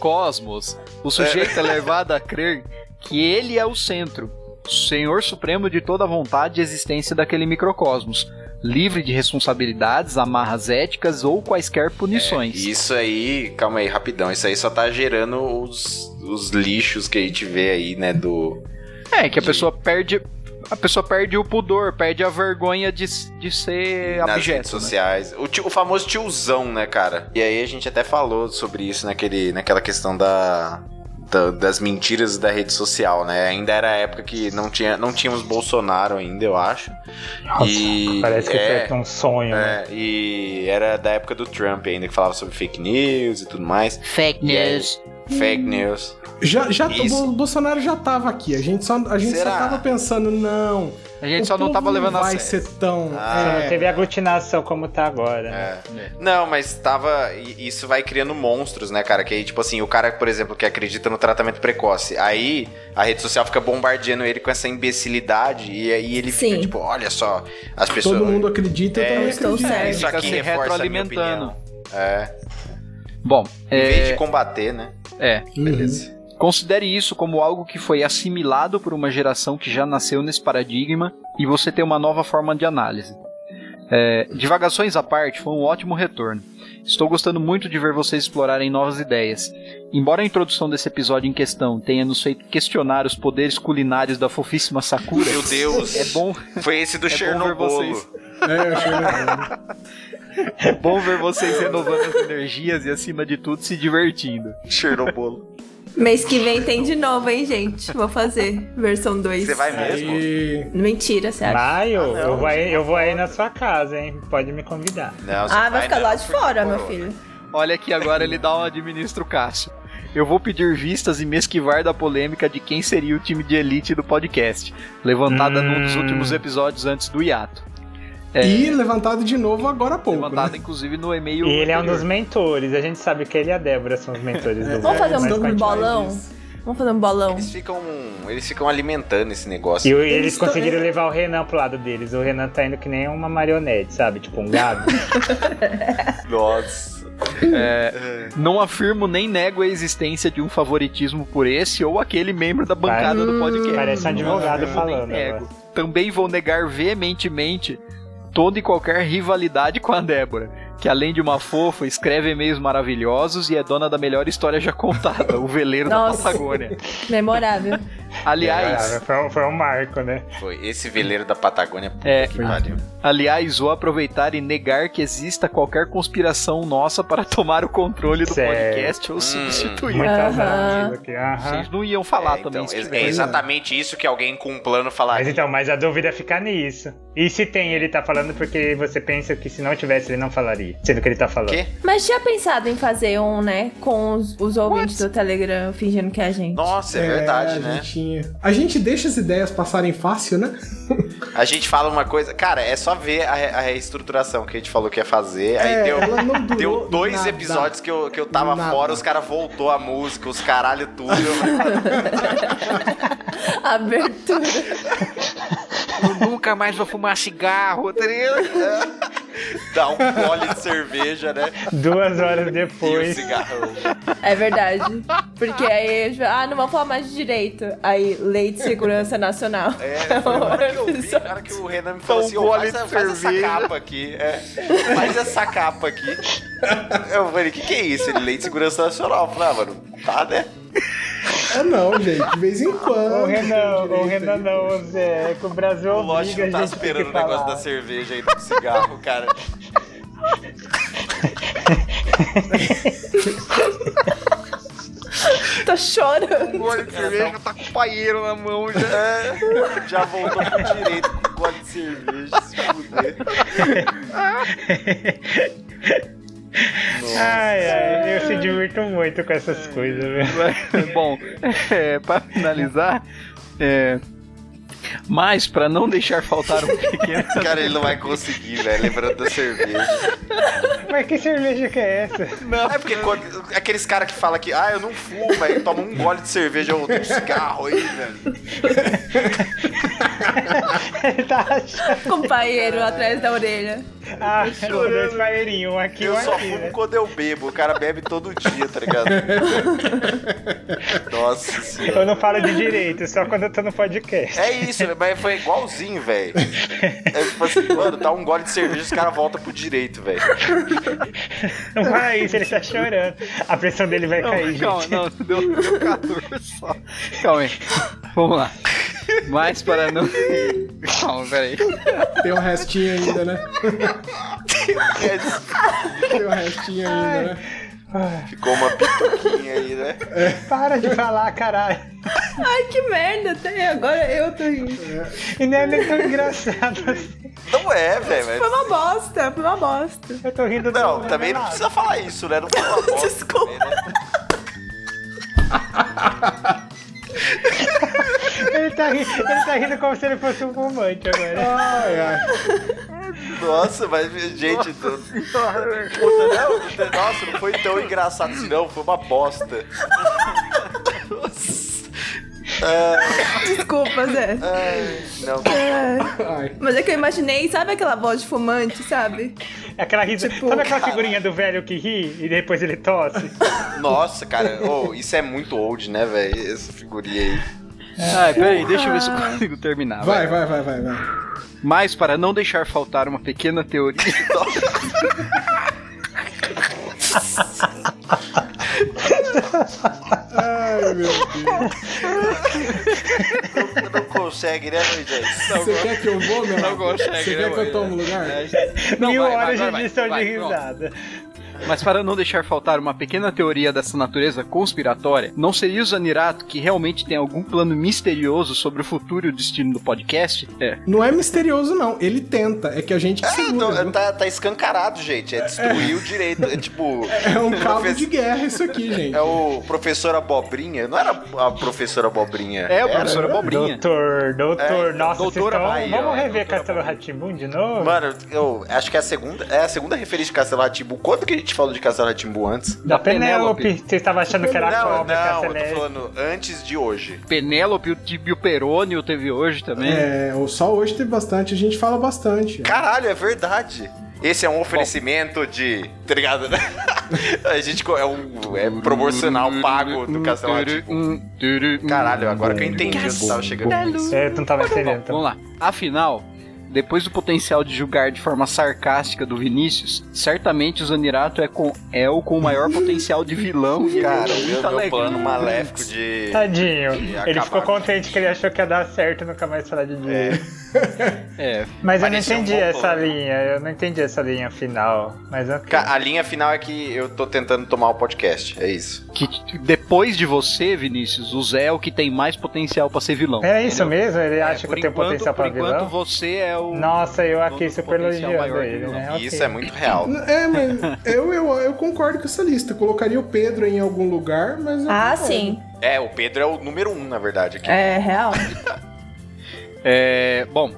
microcosmos, o sujeito é levado a crer que ele é o centro, senhor supremo de toda a vontade e existência daquele microcosmos, livre de responsabilidades, amarras éticas ou quaisquer punições. Isso aí, calma aí, rapidão. Isso aí só tá gerando os, os lixos que a gente vê aí, né? Do. É, que a pessoa perde. A pessoa perde o pudor, perde a vergonha de, de É ser nas redes abjeto. né? sociais. O, tio- o famoso tiozão, né, cara? E aí a gente até falou sobre isso naquele, naquela questão da. da- das mentiras da rede social, né? Ainda era a época que não, tinha, não tínhamos Bolsonaro ainda, eu acho. e Parece que é, foi um sonho, né? é, e era da época do Trump ainda, que falava sobre fake news e tudo mais. Fake E aí? news. Fake Hum. news. Já, já, o Isso. Bo- Bolsonaro já tava aqui. A gente só, a gente só Será? tava pensando, não. A gente o só não povo tava levando não a vai sério. ser tão. Ah, é, Teve aglutinação como tá agora. né? É. Não, mas tava. i- Isso vai criando monstros, né, cara? Que aí, tipo assim, o cara, por exemplo, que acredita no tratamento precoce, aí a rede social fica bombardeando ele com essa imbecilidade e aí ele fica Sim. tipo, olha só, as pessoas. todo mundo acredita, eu É, também estou acredito. certo. Isso Fica aqui se reforça a minha retroalimentando. opinião. É. Bom, Em vez é, de combater, né? é, Uhum. Beleza. considere isso como algo que foi assimilado por uma geração que já nasceu nesse paradigma e você tem uma nova forma de análise. É, divagações à parte, foi um ótimo retorno. Estou gostando muito de ver vocês explorarem novas ideias. Embora a introdução desse episódio em questão tenha nos feito questionar os poderes culinários da fofíssima Sakura, Meu Deus. é bom Foi esse bom do ver Chernobyl. vocês. É, eu achei legal. É bom ver vocês renovando as energias e, acima de tudo, se divertindo. Chernobyl. Mês que vem tem de novo, hein, gente? Vou fazer versão [LAUGHS] 2. Você vai mesmo? Aí, Mentira, você acha? Maio, não, eu, vou aí, eu vou aí na sua casa, hein? Pode me convidar. Não, você Ah, vai ficar não, lá de porque fora, meu coroa. filho. Olha aqui, agora ele dá um administro Cássio. Eu vou pedir vistas e me esquivar da polêmica de quem seria o time de elite do podcast, levantada num dos Hum. últimos episódios antes do hiato. É, E levantado de novo agora há pouco. levantada, né? inclusive, no e-mail. E ele é um anterior. dos mentores. A gente sabe que ele e a Débora são os mentores do [LAUGHS] é, Vamos fazer um mas Vamos continua bolão? isso. Vamos fazer um bolão. Eles ficam, eles ficam alimentando esse negócio. E o- eles, Eles conseguiram também- levar o Renan pro lado deles. O Renan tá indo que nem uma marionete, sabe? Tipo um gado. Nossa. Não afirmo nem nego a existência de um favoritismo por esse ou aquele membro da bancada do podcast. Parece um advogado Eu falando. nem agora. nego. Também vou negar veementemente toda e qualquer rivalidade com a Débora, que além de uma fofa, escreve e-mails maravilhosos e é dona da melhor história já contada, o veleiro Nossa. da Patagônia. Memorável. Aliás, Cara, foi, um- foi um marco, né? Foi esse veleiro da Patagônia. Puta É, que foi. pariu. aliás, vou aproveitar e negar que exista qualquer conspiração nossa para [LAUGHS] tomar o controle do Certo. podcast ou Hum, substituir. Muito azar Aham. aquilo aqui. aham. Vocês não iam falar É, também então, se é- tivesse. é exatamente isso que alguém com um plano Mas falaria. então, mas a dúvida fica nisso. E se tem, ele tá falando porque você pensa que se não tivesse, ele não falaria. Sendo que ele tá falando. Quê? Mas tinha pensado em fazer um, né? Com os, os ouvintes do Telegram fingindo que é a gente. Nossa, é, verdade, a né? Gente tinha- A gente deixa as ideias passarem fácil, né? A gente fala uma coisa. Cara, é só ver a, re- a reestruturação que a gente falou que ia fazer. Aí É, deu, ela não durou deu dois nada. episódios que eu, que eu tava Nada. fora, os caras voltou a música, os caralho [LAUGHS] tudo. Eu falei, [LAUGHS] Abertura. Eu nunca mais vou fumar cigarro. tá ligado? Dá um gole de cerveja, né? Duas horas E o depois. cigarro. É verdade. Porque aí, eu- ah, não vamos falar mais de direito. Aí, Lei de Segurança Nacional. É, foi na hora que [LAUGHS] um eu vi, na hora que o Renan me falou assim, ó, faz, essa- faz essa capa aqui. É, faz essa capa aqui. Eu falei, o que, que é isso? Ele lei de segurança nacional. Eu falei, ah, mano, tá, né? É não, gente. De vez em quando. O Renan, direito o Renan aí. não, Zé. É que o Brasil O Lost obriga não a tá gente a ter esperando que o negócio falar. da cerveja aí do cigarro, cara. Tô chorando. gole de cerveja já tá com o paieiro na mão já. É, já voltou pro direito com gole de cerveja, se fuder. Ai, ai, eu se divirto muito com É. essas coisas, viu? [LAUGHS] Bom, é, para finalizar, é, mas para não deixar faltar um pequeno. Cara, ele não vai conseguir, velho, lembrando da cerveja. Mas que cerveja que é essa? [LAUGHS] É porque quando- aqueles caras que falam que, ah, eu não fumo, aí toma um gole de cerveja ou um cigarro aí, velho. Ele tá achando. Com paieiro atrás da orelha. Ah, com dois paeirinhos, um aqui e Eu um só aqui. fumo né? quando eu bebo. O cara bebe todo dia, tá [LAUGHS] ligado? Nossa senhora. Eu não falo de direito, só quando eu tô no podcast. É isso, mas foi igualzinho, velho. É tipo [LAUGHS] assim, mano, dá um gole de cerveja e os caras voltam pro direito, velho. É. Não fala isso, ele tá chorando. A pressão dele vai cair, calma, É gente. não, deu, deu 14 só. Calma aí. Vamos lá. Mas para não. Calma, peraí. Tem um restinho ainda, né? Tem um restinho ainda, né? Ficou uma pituquinha aí, né? Para de falar, caralho. Ai, que merda, até agora eu tô rindo. E não é nem tão engraçado assim. Não é, velho. mas- Foi uma bosta, foi uma bosta. Eu tô rindo do Não, do também não Renato. precisa falar isso, né? Não fala bosta [LAUGHS] Desculpa. também, né? Ele tá, rindo, ele tá rindo como se ele fosse um fumante agora. Ah, Ai, ai. Nossa, mas, gente. tô- Puta, não, puta, nossa, não foi tão engraçado assim, não. Foi uma bosta. Nossa. Ah, Desculpa, Zé. ai, não. É. Ai. Mas é que eu imaginei, sabe aquela voz de fumante, sabe? É Aquela risa. tipo, Sabe ah, aquela figurinha do velho que ri e depois [LAUGHS] ele tosse? Nossa, cara, ô, isso é muito old, né, velho? Essa figurinha aí. Ai, Ah, peraí, deixa eu ver se eu consigo terminar. vai. Vai, vai, vai, vai, vai. Mas para não deixar faltar uma pequena teoria. [LAUGHS] Ai, meu Deus. Não, não consegue, né, Luiz? Você quer que eu vou, meu? Não consegue, Você né, quer que eu mãe? tome lugar? Mil vai, vai, horas vai, de vai, edição vai, de pronto. risada. Mas para não deixar faltar uma pequena teoria dessa natureza conspiratória, não seria o Zanirato que realmente tem algum plano misterioso sobre o futuro e o destino do podcast? É. Não é misterioso, não. Ele tenta. É que a gente que É, segura. não, viu? tá, tá escancarado, gente. É destruir o direito. É tipo. É [LAUGHS] um cabo Professor- de guerra [LAUGHS] isso aqui, gente. É o professor Abobrinha. Não era a professora Abobrinha. É, o Era? professor Abobrinha. Doutor, doutor, É, nossa, doutora então, Bahia, vamos é, rever Castelo Ratimum de novo? Mano, eu acho que é a segunda, é a segunda referência de Castelo Atimbu. Quanto que a gente falou de Castelo Atimbu antes? da da Penélope. Penélope. Você estava achando que era a não, cobra, não, eu tô Castelé. falando antes de hoje. Penélope, o Tibio Perônio teve hoje também. É, o- só hoje teve bastante, a gente fala bastante. Caralho, é verdade. Esse é um oferecimento de. Tá ligado? [LAUGHS] né? a gente co- é um. É proporcional pago do Castelo Atimbu. Caralho, agora que eu entendi onde você tava chegando. É, tu não tava entendendo. Tá Vamos Então. lá. Afinal, depois do potencial de julgar de forma sarcástica do Vinícius, certamente o Zanirato é, com, é o com o maior potencial de vilão. e Cara, ele meu, tá meu legal. plano maléfico de. Tá Tadinho. E Ele acabaram. ficou contente que ele achou que ia dar certo e nunca mais falar de dinheiro. É, Mas eu não Parecia um entendi bom essa plano. linha. Eu não entendi essa linha final. Mas ok. Ca- A linha final é que eu tô tentando tomar o podcast. É isso. que t- depois de você, Vinícius, o Zé é o que tem mais potencial pra ser vilão. É isso entendeu? mesmo? Ele É, acha que por eu tenho enquanto- potencial pra Por enquanto vilão? você é o. Nossa, eu aqui Todo super potencial elogiando maior que ele, vilão. né? E Ok. isso é muito real. É, mas eu, eu, eu concordo com essa lista. Colocaria o Pedro em algum lugar, mas. eu Ah, concordo. sim. É, o Pedro é o número um, na verdade, aqui. É real. É. Bom.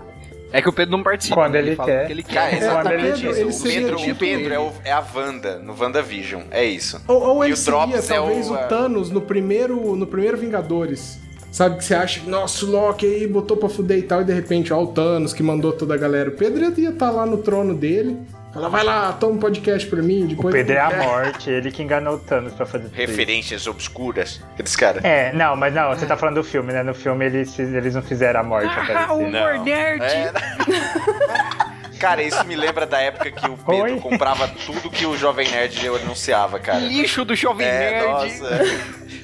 É que o Pedro não participa. Quando né? ele fala quer. o que ele Cara, quer. É, Ah, exatamente isso. ele- ele o seria Pedro, o tipo Pedro ele. é, o- é a Wanda, no WandaVision. É isso. Ou, ou E ele o Drops seria é talvez o- o, Thanos no primeiro, no primeiro Vingadores. Sabe que você acha que, nossa, o Loki aí botou pra fuder e tal, e de repente, ó, o Thanos que mandou toda a galera. O Pedro ia estar lá no trono dele. Fala, vai lá, toma um podcast pra mim. O Depois Pedro é a morte, ele que enganou o Thanos pra fazer tudo isso. Referências obscuras. Eles, cara. É, não, mas não, você tá falando do filme, né? No filme eles, fiz- eles não fizeram a morte Ah, aparecer. Não. É. [LAUGHS] Cara, isso me lembra da época que o Pedro Oi? comprava tudo que o Jovem Nerd anunciava, cara. Lixo do Jovem É, Nerd. nossa.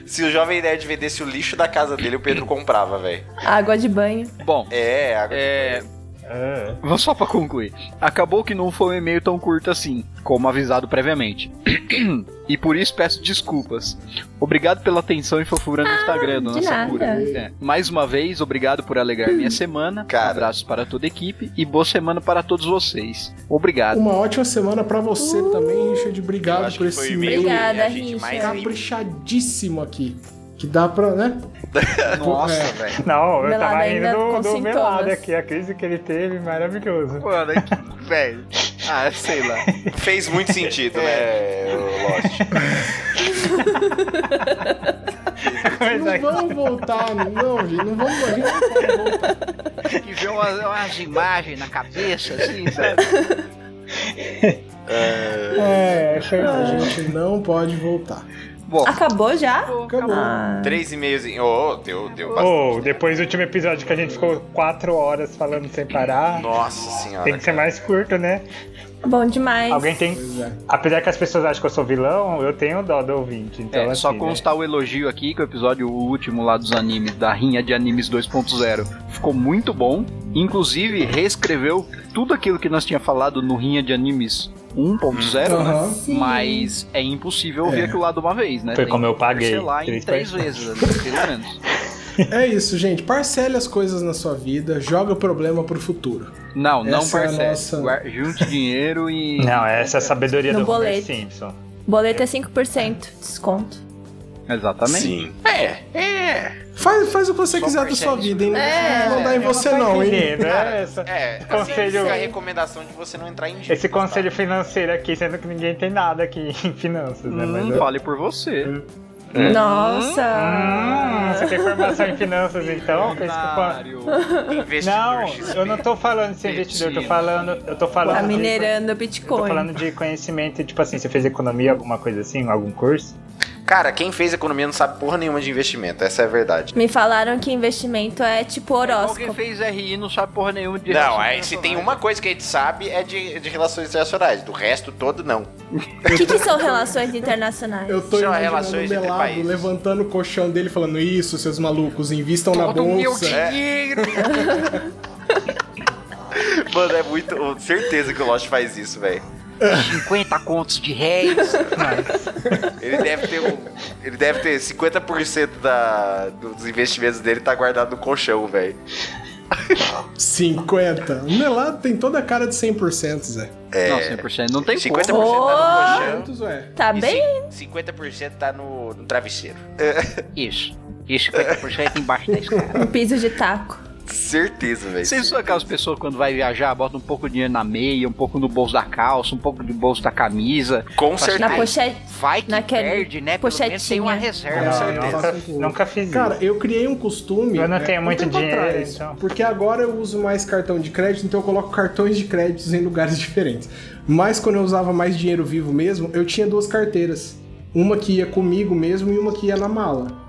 Se o Jovem Nerd vendesse o lixo da casa dele, o Pedro comprava, velho. Água de banho. Bom, É, água de é. Ah, Vamos Só pra concluir. Acabou que não foi um e-mail tão curto assim, como avisado previamente. [CLEARS THROAT] e por isso peço desculpas. Obrigado pela atenção e fofura no Instagram, dona Ah, de nada. Sakura. É. Mais uma vez, obrigado por alegrar [LAUGHS] minha semana. Cara. Abraços para toda a equipe e boa semana para todos vocês. Obrigado. Uma ótima semana pra você também, Richard. Eu Obrigado acho por que esse foi o e-mail e-mail que a Obrigada, gente Richard. mais riu. caprichadíssimo aqui. Que dá pra, né? [LAUGHS] Nossa, É. velho. Não, eu Melado tava ainda rindo com do, do sintomas. Melado aqui, a crise que ele teve, maravilhoso. Mano, é que- velho. Ah, sei lá. Fez muito sentido, né, o Lost? Mas Não aqui- vamos voltar, não, não, gente. Não vamos, a gente não pode voltar. acho que vê umas, umas imagens na cabeça, [LAUGHS] assim, sabe? É, a gente não pode voltar. Bom, Acabou já? Acabou. Ah, Três e meiozinho. Ô, deu, deu bastante. Ou, depois do último episódio que a gente ficou quatro horas falando sem parar, Nossa senhora. tem que ser cara. mais curto, né? É bom demais. Alguém tem. Pois é. Apesar que as pessoas acham que eu sou vilão, eu tenho dó do ouvinte. Então, é, assim, só né? constar o elogio aqui que o episódio último lá dos animes, da Rinha de Animes 2.0, ficou muito bom. Inclusive, reescreveu tudo aquilo que nós tinha falado no Rinha de Animes 1.0, né? Aham. Mas é impossível ouvir É. aquilo lá de uma vez, né? Foi Tem como que eu paguei, parcelar em três três parcelas. vezes, ali, pelo [LAUGHS] menos. É isso, gente. Parcele as coisas na sua vida, joga o problema pro futuro. Não, não Essa é a parcela. nossa- Guar- Junte dinheiro e. [LAUGHS] Não, essa é a sabedoria No do Homer boleto. Simpson. Boleto é 5% de desconto. Exatamente. Sim. É, é. Faz, faz o que você Só quiser da parcele sua isso. vida, hein? É, não dá em é, você, não, hein? Menino, é essa. É, assim, Conselho- fica a recomendação de você não entrar em dívidas, Esse conselho tá? financeiro aqui, sendo que ninguém tem nada aqui [LAUGHS] em finanças, né? Mas Hum, eu- fale por você. É. Hum, Nossa! você tem formação em finanças então? Fez com- Otário. Não, Investidor XP. eu não tô falando de ser investidor, eu tô falando. Eu tô falando. Tá de- minerando eu tô Bitcoin. falando de conhecimento, tipo assim, você fez economia, alguma coisa assim, algum curso? Cara, quem fez economia não sabe porra nenhuma de investimento, essa é a verdade. Me falaram que investimento é tipo Alguém horóscopo. fez RI não sabe porra nenhuma de Não, relação aí se tem internacional. uma coisa que a gente sabe é de, de relações internacionais, do resto todo não. O que, que são relações internacionais? Eu tô São imaginando relações o entre Belado países. levantando o colchão dele falando isso, seus malucos, invistam na Todo meu bolsa. dinheiro! Mano, é muito. eu- Certeza que o Lost faz isso, velho. [LAUGHS] 50 É. contos de réis. Ele deve ter um. Ele deve ter 50% da, dos investimentos dele tá guardado no colchão, velho. 50. O Melado tem toda a cara de 100%, Zé. É. Não, 100%. Não tem 50% como. tá no colchão. Quantos, Zé? Tá e bem? cin- 50% tá no, no travesseiro. Isso. Isso, 50% é embaixo da escada. Um piso de taco. Certeza, [LAUGHS] velho. Vocês são aquelas pessoas quando vai viajar, botam um pouco de dinheiro na meia, um pouco no bolso da calça, um pouco no bolso da camisa. Com certeza. Na pochete. Vai que Naquele perde, né? Pelo menos tem pochetinha. uma É, reserva. eu faço Nunca, um pouco. nunca fiz Cara, isso. eu criei um costume. Eu não né, tenho um muito tempo dinheiro, então. Porque agora eu uso mais cartão de crédito, então eu coloco cartões de créditos em lugares [LAUGHS] diferentes. Mas quando eu usava mais dinheiro vivo mesmo, eu tinha duas carteiras. Uma que ia comigo mesmo e uma que ia na mala.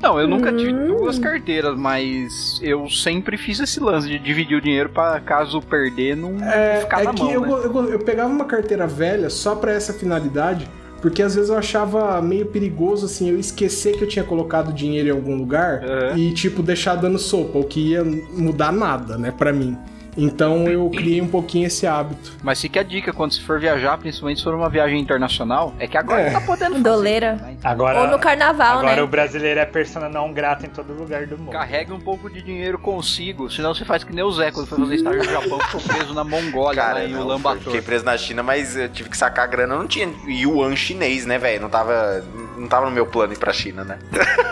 Não, eu nunca tive duas carteiras, mas eu sempre fiz esse lance de dividir o dinheiro pra caso perder não É, ficar é na que mão, eu, né? go- eu go- eu pegava uma carteira velha só pra essa finalidade, porque às vezes eu achava meio perigoso, assim, eu esquecer que eu tinha colocado dinheiro em algum lugar Aham. e, tipo, deixar dando sopa, o que ia mudar nada, né, pra mim. Então eu criei um pouquinho esse hábito. Mas fica a dica, quando se for viajar, principalmente se for uma viagem internacional, é que agora É. tá podendo fazer. Doleira. né? Então, Agora, Ou no carnaval, agora né? o brasileiro é persona não grata em todo lugar do mundo. Carregue um pouco de dinheiro consigo, senão você faz que nem o Zé quando foi fazer estágio no Japão, ficou preso na Mongólia lá em não, Ulaanbaatar. Fiquei preso na China, mas eu tive que sacar a grana. Eu não tinha yuan chinês, né, velho? Não tava, não tava no meu plano ir pra China, né? [LAUGHS]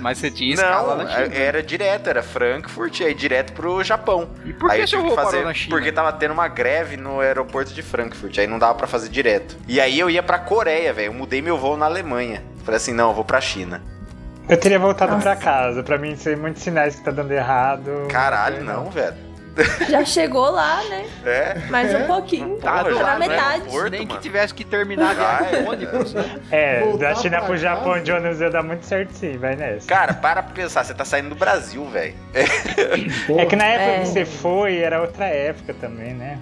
Mas você tinha escala não, é, na China. era direto, era Frankfurt, aí direto pro Japão. E por é, aí que eu seu tive que voo fazer parou na China? porque tava tendo uma greve no aeroporto de Frankfurt, aí não dava pra fazer direto. E aí eu ia pra Coreia, velho. Eu mudei meu voo na Alemanha. Falei assim, não, eu vou pra China. Eu teria voltado pra casa, pra mim tem muitos sinais que tá dando errado. Caralho, não, velho. Já chegou lá, né? É. Mais um pouquinho. Tá Porra, do já Tá lado, na no né? metade. aeroporto, Nem que mano. tivesse que terminar a Vai, viagem é. de [LAUGHS] ônibus, né? [LAUGHS] É, Voltar da China pra pro Japão casa? de ônibus ia dar muito certo sim, vai nessa. Cara, para pra pensar, você tá saindo do Brasil, velho. É que na época É. que você foi, era outra época também, né?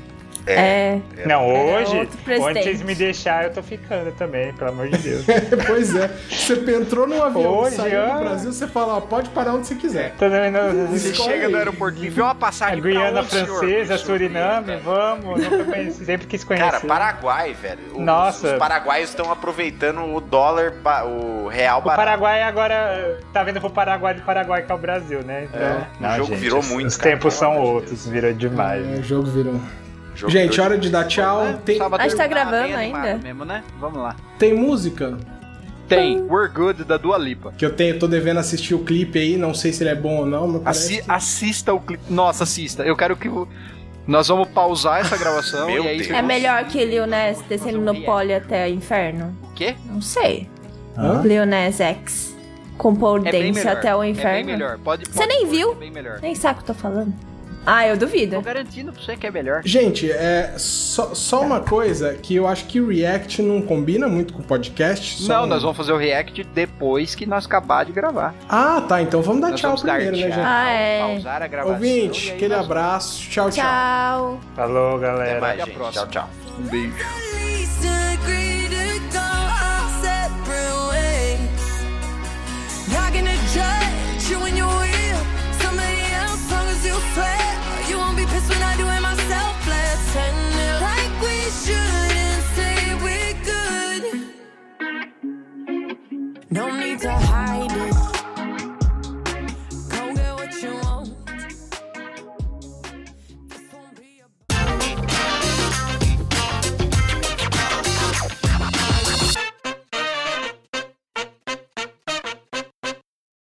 É. Não, hoje, outro onde presidente. vocês me deixar, eu tô ficando também, pelo amor de Deus. [LAUGHS] pois é. Você entrou num avião, Hoje, saiu ah. do Brasil, você fala, ó, pode parar onde você quiser. Todo mundo Você Escolhe chega aí. no aeroporto e vê uma a passagem pra É Guiana onde, senhor? Francesa, Isso, Suriname, Guiana. vamos, nunca conheci, sempre quis É, conhecer. Cara, Paraguai, velho. O- Nossa. Os, os paraguaios estão aproveitando o dólar, ba- o real O barato. Paraguai agora tá vindo pro Paraguai do Paraguai que é o Brasil, né? Então, o jogo virou os, muito, Os cara, tempos pelo são amor de outros, virou demais. É, o jogo virou. O jogo Gente, virou- hora de dar tchau. Tem, Precisava A gente tá terminar gravando bem animado ainda? Mesmo, né? Vamos lá. tem música Tem We're Good da Dua Lipa. que eu tenho, tô devendo assistir o clipe aí, não sei se ele é bom ou não, mas parece Assi- que- assista o clipe. Nossa, assista. Eu quero que o- nós vamos pausar essa gravação Meu e aí Deus. você- É melhor que Lil Nas descendo Fazer no um É pole até o inferno? O quê? Não sei. Hã? Lil Nas X. Com Paul É bem Dance melhor. até o É bem inferno? melhor. Pode, Você nem pode- viu? é bem melhor. Nem sabe o que eu tô falando. Ah, eu duvido. Tô garantindo pra você que é melhor. Gente, é só, só uma coisa que eu acho que o React não combina muito com o podcast. só Não, um- nós vamos fazer o react depois que nós acabar de gravar. Ah, tá. Então vamos dar Nós tchau vamos dar primeiro, né, tchau, gente? Ah, é. pausar a gravação. e Ouvinte, aí aquele nós- abraço. tchau. tchau. Tchau. Falou, Até galera. mais, até a gente. próxima. Tchau, tchau. Um beijo. least agree to go our separate ways. Not gonna judge you and your will. Somebody else, long as you fail. You won't be pissed when I do it myself. Let's end it like we should and say we're good. No need to hide it.